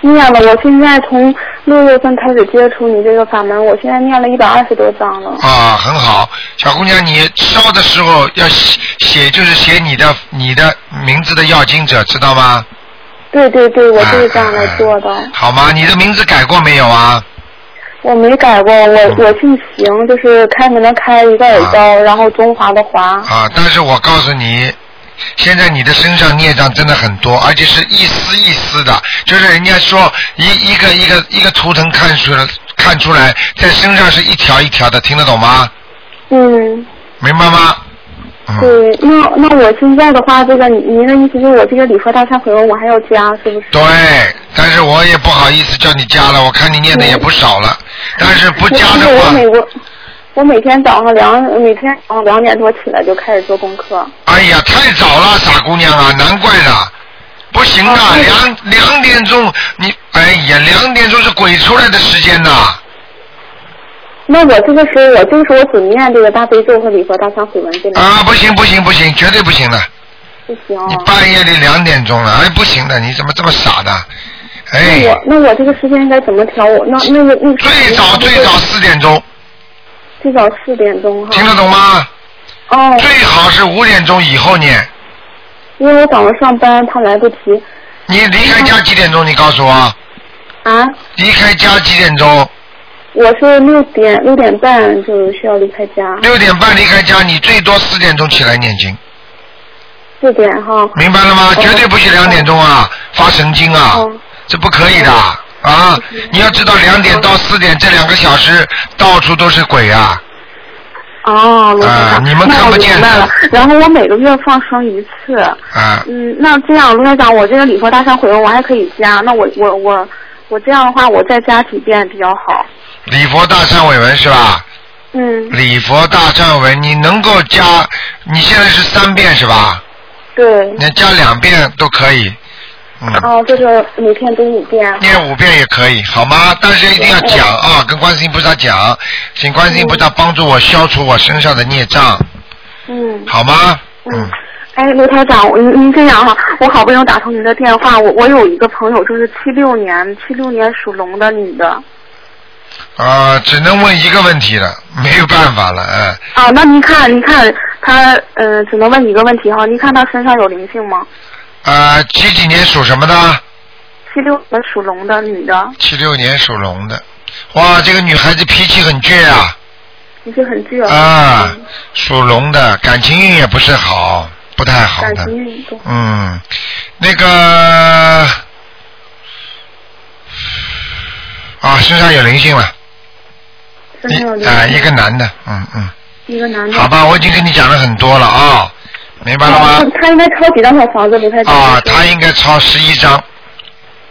Speaker 10: 那你？念了，我现在从六月份开始接触你这个法门，我现在念了一百二十多章了。
Speaker 1: 啊，很好，小姑娘，你烧的时候要写，写就是写你的你的名字的要经者，知道吗？
Speaker 10: 对对对，我
Speaker 1: 啊
Speaker 10: 就是这样来做的。
Speaker 1: 好吗？你的名字改过没有啊？
Speaker 10: 我没改过，
Speaker 1: 嗯
Speaker 10: 我我姓邢，就是开门的开，一个耳刀，然后中华的华。
Speaker 1: 啊，但是我告诉你，现在你的身上孽障真的很多，而且是一丝一丝的，就是人家说一一个一个一个图腾看出来看出来，在身上是一条一条的，听得懂吗？
Speaker 10: 嗯，
Speaker 1: 明白吗？啊
Speaker 10: 对，那那我现在的话，这个您的意思就是我这个礼佛大忏悔文我还要加，是不是？
Speaker 1: 对，但是我也不好意思叫你加了，我看你念的也不少了，但是不加的
Speaker 10: 我
Speaker 1: 话
Speaker 10: 我，每我我每天早上两每天早上两点多起来就开始做功课。
Speaker 1: 哎呀，太早了，傻姑娘啊，难怪的，不行的，
Speaker 10: 啊
Speaker 1: 两两点钟你，哎呀，两点钟是鬼出来的时间呐，
Speaker 10: 那我这个时候，我这个时候我只念这个大悲咒和礼佛大忏悔文这两
Speaker 1: 啊，不行不行不行，绝对不行的，
Speaker 10: 不行。
Speaker 1: 半夜里两点钟了，哎，不行的，你怎么这么傻的？哎，
Speaker 10: 那我那我这个时间应该怎么调？我那那个那个
Speaker 1: 最早最早四点钟，
Speaker 10: 最早四点钟哈。
Speaker 1: 听得懂吗？
Speaker 10: 哦。
Speaker 1: 最好是五点钟以后念，
Speaker 10: 因为我早上上班，怕来不及
Speaker 1: 你离开家几点钟？你告诉我，
Speaker 10: 啊。
Speaker 1: 离开家几点钟？
Speaker 10: 我是六点六点半就需要离开家，
Speaker 1: 六点半离开家，你最多四点钟起来念经，
Speaker 10: 四点哈。哦
Speaker 1: 啊
Speaker 10: 哦
Speaker 1: 明白了吗？绝对不许两点钟啊，发神经啊，这不可以的。啊！你要知道，两点到四点这两个小时到处都是鬼啊！
Speaker 10: 哦，罗台
Speaker 1: 啊
Speaker 10: 长，
Speaker 1: 你们
Speaker 10: 那
Speaker 1: 看
Speaker 10: 我
Speaker 1: 不见
Speaker 10: 明白
Speaker 1: 的
Speaker 10: 了。然后我每个月放生一次。
Speaker 1: 啊
Speaker 10: 嗯，那这样，罗台长，我这个礼佛大忏悔文我还可以加，那我我我我这样的话，我再加几遍比较好。
Speaker 1: 礼佛大忏悔文是吧？
Speaker 10: 嗯，
Speaker 1: 礼佛大忏文，你能够加，你现在是三遍是吧？
Speaker 10: 对。
Speaker 1: 你加两遍都可以，嗯，
Speaker 10: 哦，就是每天读五遍。
Speaker 1: 念五遍也可以，好吗？但是一定要讲
Speaker 10: 哦
Speaker 1: 啊，跟观世音菩萨讲，请观世音菩萨帮助我消除我身上的孽障，
Speaker 10: 嗯。
Speaker 1: 好吗？嗯，
Speaker 10: 哎，卢台长，您您这样哈、我好不容易打通您的电话，我我有一个朋友就是七六年，七六年属龙的女的。
Speaker 1: 啊，只能问一个问题了，没有办法了，嗯，
Speaker 10: 啊，那您看，您看她，呃，只能问你一个问题哈，您看她身上有灵性吗？
Speaker 1: 啊，几几年属什么的？
Speaker 10: 七六年属龙的女的，
Speaker 1: 七六年属龙的，哇，这个女孩子脾气很倔啊，
Speaker 10: 脾气很倔，
Speaker 1: 啊，属龙的，感情运也不是好，不太好
Speaker 10: 感
Speaker 1: 的。
Speaker 10: 情运动。
Speaker 1: 嗯，那个啊，身上有灵性了，
Speaker 10: 身上有灵
Speaker 1: 啊、
Speaker 10: 性。
Speaker 1: 一个男的，嗯嗯，
Speaker 10: 一个男的。
Speaker 1: 好吧，我已经跟你讲了很多了啊、明白了吗？
Speaker 10: 哦他应该抄几张小房子，卢台长？
Speaker 1: 啊，他应该抄十一章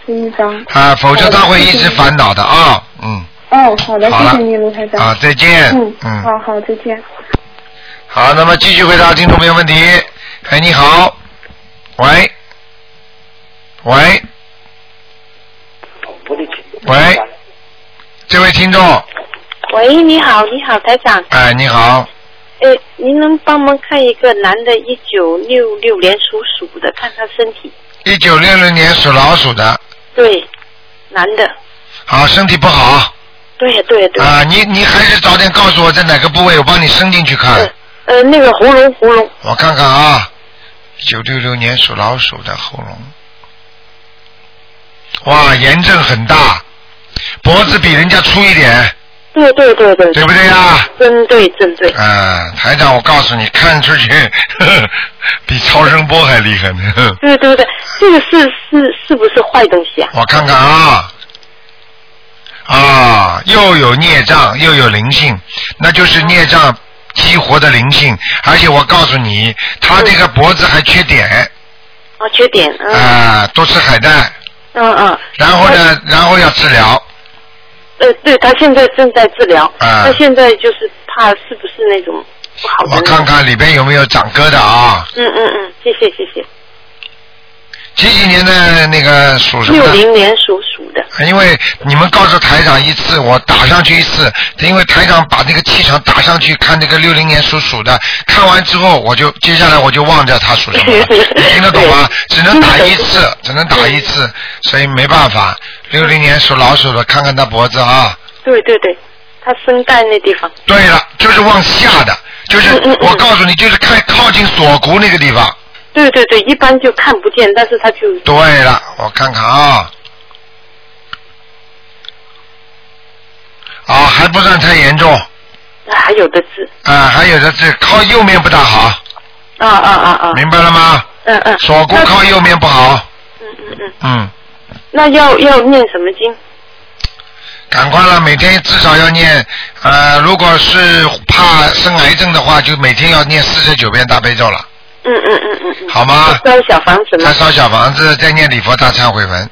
Speaker 10: 十一张。
Speaker 1: 啊，否则他会一直烦恼的啊，嗯，
Speaker 10: 哦，好的，
Speaker 1: 好
Speaker 10: 谢
Speaker 1: 了
Speaker 10: 谢您，卢台长。
Speaker 1: 啊，再见，
Speaker 10: 嗯，
Speaker 1: 嗯，
Speaker 10: 好好，再见。
Speaker 1: 好，那么继续回答听众朋友问题。哎，你好，喂，喂，喂，这位听众，
Speaker 13: 喂，你好，你好，台长。
Speaker 1: 哎，你好，
Speaker 13: 呃，您能帮忙看一个男的，一九六六年属鼠的，看他身体。
Speaker 1: 一九六六年属老鼠的，
Speaker 13: 对，男的。
Speaker 1: 好，身体不好
Speaker 13: 对对对。
Speaker 1: 啊，你你还是早点告诉我在哪个部位，我帮你伸进去看。
Speaker 13: 呃，那个喉咙喉咙。
Speaker 1: 我看看啊，九六六年属老鼠的喉咙，哇，炎症很大，脖子比人家粗一点，
Speaker 13: 对对对对。
Speaker 1: 对不对呀？
Speaker 13: 真对真对。
Speaker 1: 啊，台长，我告诉你，看出去 呵呵比超声波还厉害呢。 呵呵
Speaker 13: 对对对，这个是是是不是坏东西啊？
Speaker 1: 我看看啊，啊，又有孽障，又有灵性，那就是孽障激活的灵性。而且我告诉你，他这个脖子还缺点
Speaker 13: 啊，缺点。嗯
Speaker 1: 啊，多吃海带，
Speaker 13: 嗯嗯。
Speaker 1: 然后呢，然后要治疗。
Speaker 13: 呃，对他现在正在治疗。
Speaker 1: 啊
Speaker 13: 他现在就是怕啊是不是那种不好的那
Speaker 1: 我
Speaker 13: 种。
Speaker 1: 看看里边有没有长疙瘩啊？
Speaker 13: 嗯嗯嗯，谢谢谢谢。
Speaker 1: 几几年的那个属什么
Speaker 13: 六
Speaker 1: 的？
Speaker 13: 零年属鼠的。
Speaker 1: 因为你们告诉台长一次，我打上去一次，因为台长把那个气场打上去，看那个六零年属鼠的，看完之后我就接下来我就忘掉他属什 么了，你听得懂吗？只能打一次，只能打一次，所以没办法。六零年属老鼠的，看看他脖子啊。
Speaker 13: 对对对，他声带那地方。
Speaker 1: 对了，就是往下的，就是
Speaker 13: 嗯
Speaker 1: 我告诉你，就是看靠近锁骨那个地方。
Speaker 13: 对对对，一般就看不见，但是他就
Speaker 1: 对了，我看看啊，啊，还不算太严重。
Speaker 13: 还有的治。
Speaker 1: 啊，还有的治，靠右面不大好，
Speaker 13: 啊啊啊啊，
Speaker 1: 明白了吗？
Speaker 13: 嗯嗯。
Speaker 1: 锁骨靠右面不好。嗯嗯嗯。嗯，
Speaker 13: 那要要念什么经？
Speaker 1: 赶快了，每天至少要念，呃，如果是怕生癌症的话，就每天要念四十九遍大悲咒了，
Speaker 13: 嗯嗯嗯嗯嗯。
Speaker 1: 好吗？
Speaker 13: 烧小房子啊
Speaker 1: 再烧小房子，再念礼佛大忏悔文。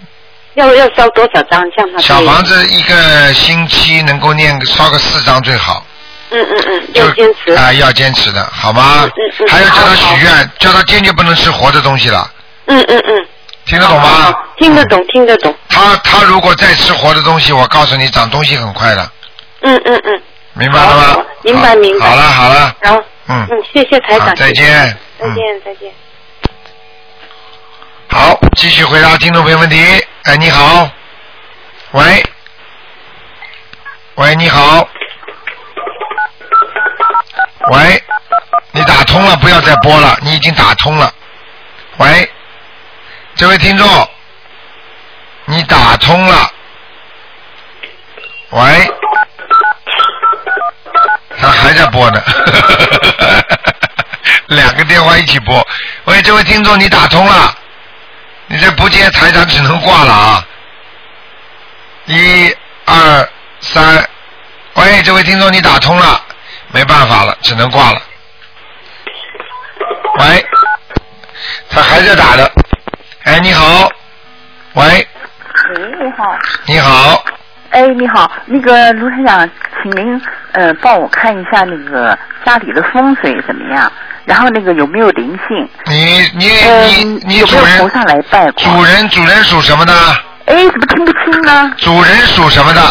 Speaker 13: 要要烧多少张？这样他可以
Speaker 1: 小房。子一个星期能够念个烧个四张最好。
Speaker 13: 嗯嗯嗯，要坚持。
Speaker 1: 啊、要坚持的，好吗？
Speaker 13: 嗯嗯
Speaker 1: 还有叫他许愿，叫他坚决不能吃活的东西了，
Speaker 13: 嗯嗯嗯，哦
Speaker 1: 听得懂吗？
Speaker 13: 听得懂，听得懂。
Speaker 1: 他他如果再吃活的东西，我告诉你，长东西很快的，
Speaker 13: 嗯嗯嗯，
Speaker 1: 明白了吗？
Speaker 13: 明白明白。
Speaker 1: 好了好了，
Speaker 13: 然后，
Speaker 1: 嗯，
Speaker 13: 嗯，谢谢台
Speaker 1: 好
Speaker 13: 长。
Speaker 1: 再
Speaker 13: 谢
Speaker 1: 见
Speaker 13: 谢
Speaker 1: 嗯
Speaker 13: 再见再见。
Speaker 1: 好，继续回答听众朋友问题。哎，你好，喂，喂，你好，喂，你打通了，不要再拨了，你已经打通了。喂，这位听众，你打通了。喂，他还在拨呢， 两个电话一起拨。喂，这位听众，你打通了。你这不接台长只能挂了啊！一二三，喂，这位听众你打通了，没办法了，只能挂了。喂，他还在打的。哎，你好，喂，
Speaker 7: 喂，你好。
Speaker 1: 你好，
Speaker 7: 哎，你好，那个卢台长，请您呃帮我看一下那个家里的风水怎么样，然后那个有没有灵性？
Speaker 1: 你你
Speaker 7: 呃
Speaker 1: 你你
Speaker 7: 有
Speaker 1: 主
Speaker 7: 没有菩
Speaker 1: 人
Speaker 7: 萨来拜过？
Speaker 1: 主人主人属什么的？
Speaker 7: 哎，怎么听不清呢？
Speaker 1: 主人属什么的？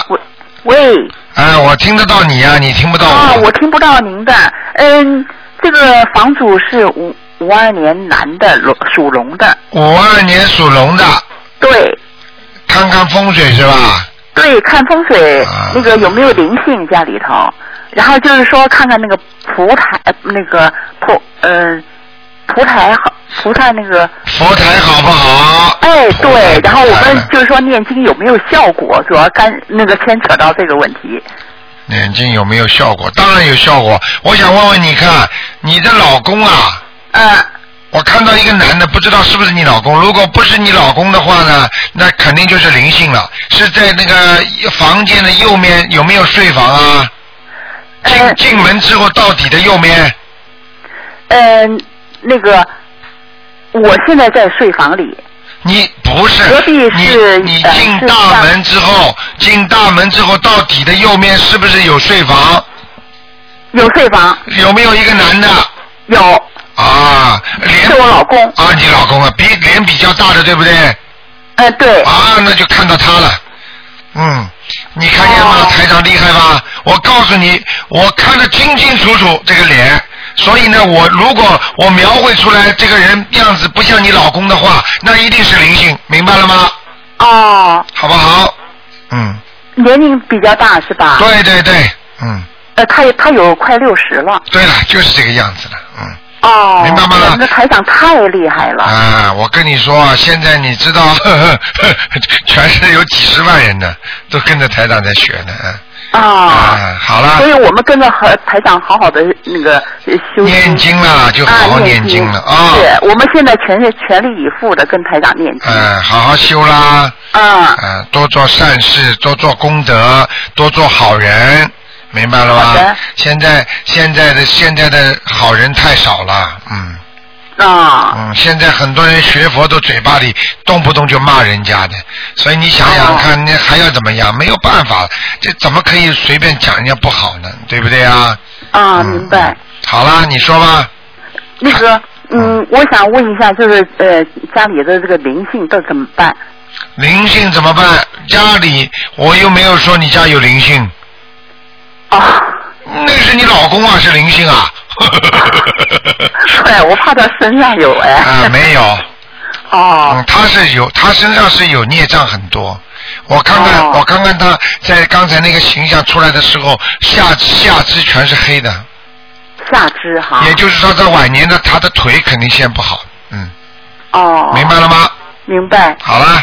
Speaker 7: 喂。
Speaker 1: 哎，我听得到你呀、你听不到
Speaker 7: 啊，
Speaker 1: 我。
Speaker 7: 我听不到您的。嗯，这个房主是五五二年男的，龙属龙的。
Speaker 1: 五二年属龙的。
Speaker 7: 对。
Speaker 1: 看看风水是吧？
Speaker 7: 对，看风水、
Speaker 1: 啊
Speaker 7: 那个有没有灵性家里头，然后就是说看看那个蒲台呃那个蒲呃蒲台好菩萨那个
Speaker 1: 佛台好不好？
Speaker 7: 哎对，然后我们就是说念经有没有效果，主要干那个牵扯到这个问题。
Speaker 1: 眼睛有没有效果？当然有效果。我想问问你看，你的老公啊？
Speaker 7: 呃。
Speaker 1: 我看到一个男的，不知道是不是你老公。如果不是你老公的话呢，那肯定就是灵性了。是在那个房间的右面有没有睡房啊？进进门之后到底的右面。
Speaker 7: 嗯、那个我现在在睡房里，
Speaker 1: 你不是，你
Speaker 7: 呃
Speaker 1: 你进大门之后，进大门之后到底的右面是不是有睡房？
Speaker 7: 有睡房。
Speaker 1: 有没有一个男的？
Speaker 7: 有。
Speaker 1: 啊，脸是
Speaker 7: 我老公。
Speaker 1: 啊，你老公啊，比脸比较大的，对不对？
Speaker 7: 呃，对。
Speaker 1: 啊，那就看到他了。嗯，你看见吗？台长厉害吧？我告诉你，我看得清清楚楚这个脸，所以呢，我如果我描绘出来这个人样子不像你老公的话，那一定是灵性，明白了吗？
Speaker 7: 哦，
Speaker 1: 好不好？嗯，
Speaker 7: 年龄比较大是吧？
Speaker 1: 对对对，嗯
Speaker 7: 呃，他他有快六十了。
Speaker 1: 对了，就是这个样子了，嗯。
Speaker 7: 哦，
Speaker 1: 明白吗
Speaker 7: 我们的台长太厉害了。
Speaker 1: 啊，我跟你说啊，现在你知道， 呵呵呵全是有几十万人呢，都跟着台长在学呢。啊
Speaker 7: 啊，
Speaker 1: 啊，好了，
Speaker 7: 所以我们跟着和台长好好的那个呃修
Speaker 1: 念经了，就好好
Speaker 7: 啊
Speaker 1: 念经了啊。
Speaker 7: 是我们现在全是全力以赴的跟台长念经。
Speaker 1: 嗯，好好修啦。
Speaker 7: 啊。
Speaker 1: 嗯，多做善事，多做功德，多做好人，明白了吧
Speaker 7: 好的？
Speaker 1: 现在现在的现在的好人太少了，嗯。
Speaker 7: 啊。
Speaker 1: 嗯，现在很多人学佛都嘴巴里动不动就骂人家的，所以你想
Speaker 7: 啊
Speaker 1: 想看，那还要怎么样？没有办法，这怎么可以随便讲人家不好呢？对不对啊？嗯
Speaker 7: 啊，明白。
Speaker 1: 好啦，你说吧。
Speaker 7: 那个，嗯，我想问一下，就是呃，家里的这个灵性都怎么 办？
Speaker 1: 灵性怎么办？家里我又没有说你家有灵性。啊。那是你老公啊，是灵性啊。
Speaker 7: 哎，我怕他身上有哎。
Speaker 1: 啊，没 有。
Speaker 7: 哦。
Speaker 1: 嗯，他是有，他身上是有孽障很多。我看看，
Speaker 7: 啊
Speaker 1: 我看看他在刚才那个形象出来的时候，下下肢全是黑的，
Speaker 7: 下肢哈。
Speaker 1: 也就是说，在晚年的他的腿肯定先不好。嗯，
Speaker 7: 哦。
Speaker 1: 明白了吗？
Speaker 7: 明白。
Speaker 1: 好了。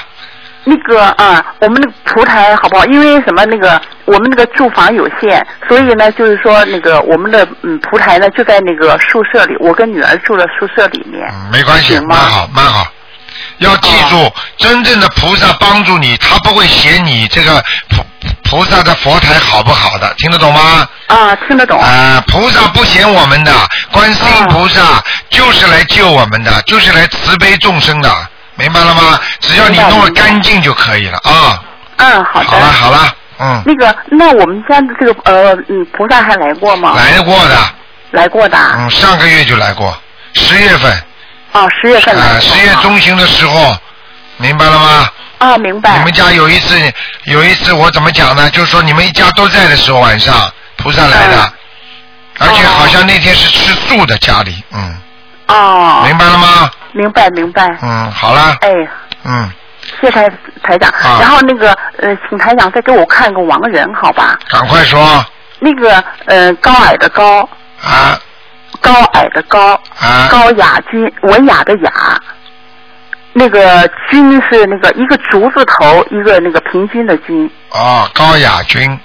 Speaker 7: 那个啊，我们那个蒲台好不好？因为什么？那个我们那个住房有限，所以呢，就是说那个我们的嗯蒲台呢就在那个宿舍里，我跟女儿住的宿舍里面。
Speaker 1: 没关系，
Speaker 7: 行
Speaker 1: 蛮
Speaker 7: 吗哦
Speaker 1: 好，蛮好。要记住，真正的菩萨帮助你，他不会嫌你这个菩菩萨的佛台好不好的，听得懂吗？
Speaker 7: 啊，听得懂。
Speaker 1: 啊，菩萨不嫌我们的，观世音菩
Speaker 7: 哦
Speaker 1: 萨就是来救我们的，就是来慈悲众生的，明白了吗？只要你
Speaker 7: 明白
Speaker 1: 弄得
Speaker 7: 明白
Speaker 1: 干净就可以了啊。
Speaker 7: 嗯，好的。
Speaker 1: 好了好了，嗯，
Speaker 7: 那个，那我们家的这个呃嗯菩萨还来过吗？
Speaker 1: 来过的，
Speaker 7: 来过的啊，
Speaker 1: 嗯，上个月就来过，十月份，
Speaker 7: 哦十月份来
Speaker 1: 啊，
Speaker 7: 过。
Speaker 1: 十月中旬的时候，明白了吗？
Speaker 7: 啊，明白。
Speaker 1: 你们家有一次，有一次我怎么讲呢？就是说你们一家都在的时候，晚上菩萨来
Speaker 7: 嗯
Speaker 1: 的，而且好像那天是吃素的家里，嗯
Speaker 7: 哦。
Speaker 1: 明白了吗？
Speaker 7: 明白明白。
Speaker 1: 嗯，好了，啊
Speaker 7: 哎，
Speaker 1: 嗯，
Speaker 7: 谢谢台台长。然后那个呃，请台长再给我看个亡人，好吧？
Speaker 1: 赶快说
Speaker 7: 那个呃，高矮的高，
Speaker 1: 啊
Speaker 7: 高矮的高，
Speaker 1: 啊
Speaker 7: 高雅君文雅的雅，那个君是那个一个竹字头，一个那个平均的均，
Speaker 1: 哦，高雅君，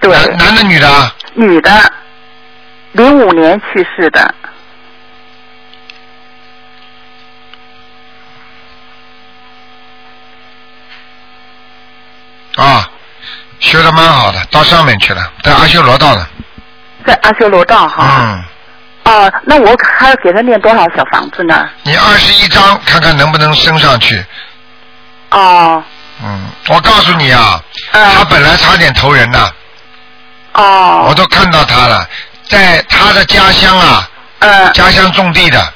Speaker 7: 对，
Speaker 1: 男男的女的啊？
Speaker 7: 女的，零五年去世的，
Speaker 1: 啊，修的蛮好的，到上面去了，在阿修罗道了。
Speaker 7: 在阿修罗道哈。
Speaker 1: 嗯，
Speaker 7: 哦、那我还要给他念多少小房子呢？
Speaker 1: 你二十一章，看看能不能升上去。
Speaker 7: 哦
Speaker 1: 嗯，我告诉你啊，他本来差点投人呐、
Speaker 7: 嗯哦。
Speaker 1: 我都看到他了，在他的家乡啊，
Speaker 7: 嗯
Speaker 1: 家乡种地的，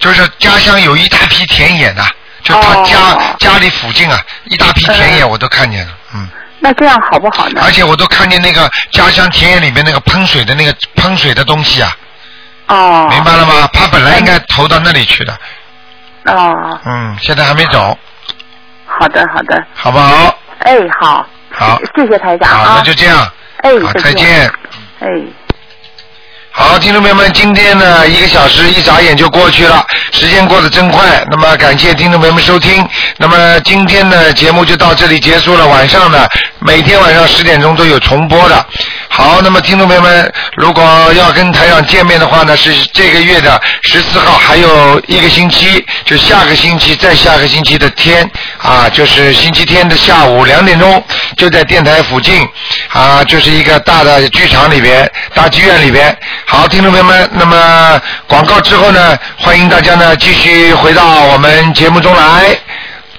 Speaker 1: 就是家乡有一大批田野的，就他
Speaker 7: 哦
Speaker 1: 家、家里附近啊，一大批田野我都看见了，嗯。
Speaker 7: 那这样好不好呢？
Speaker 1: 而且我都看见那个家乡田野里面那个喷水的那个喷水的东西啊，
Speaker 7: 哦
Speaker 1: 明白了吗？他本来应该投到那里去的，
Speaker 7: 哦，
Speaker 1: 嗯，现在还没走，
Speaker 7: 好的好的，
Speaker 1: 好不好？
Speaker 7: 哎好，
Speaker 1: 好，
Speaker 7: 谢谢台长
Speaker 1: 好，
Speaker 7: 啊。
Speaker 1: 那就这样。
Speaker 7: 哎
Speaker 1: 好，，
Speaker 7: 再
Speaker 1: 再见。。
Speaker 7: 哎，
Speaker 1: 好，听众朋友们，今天呢一个小时一眨眼就过去了，时间过得真快。那么感谢听众朋友们收听，那么今天的节目就到这里结束了。晚上呢，每天晚上十点钟都有重播的。好，那么听众朋友们，如果要跟台长见面的话呢，是这个月的十四号，还有一个星期，就下个星期再下个星期的天啊，就是星期天的下午两点钟，就在电台附近啊，就是一个大的剧场里边，大剧院里边。好，听众朋友们，那么广告之后呢，欢迎大家呢继续回到我们节目中来。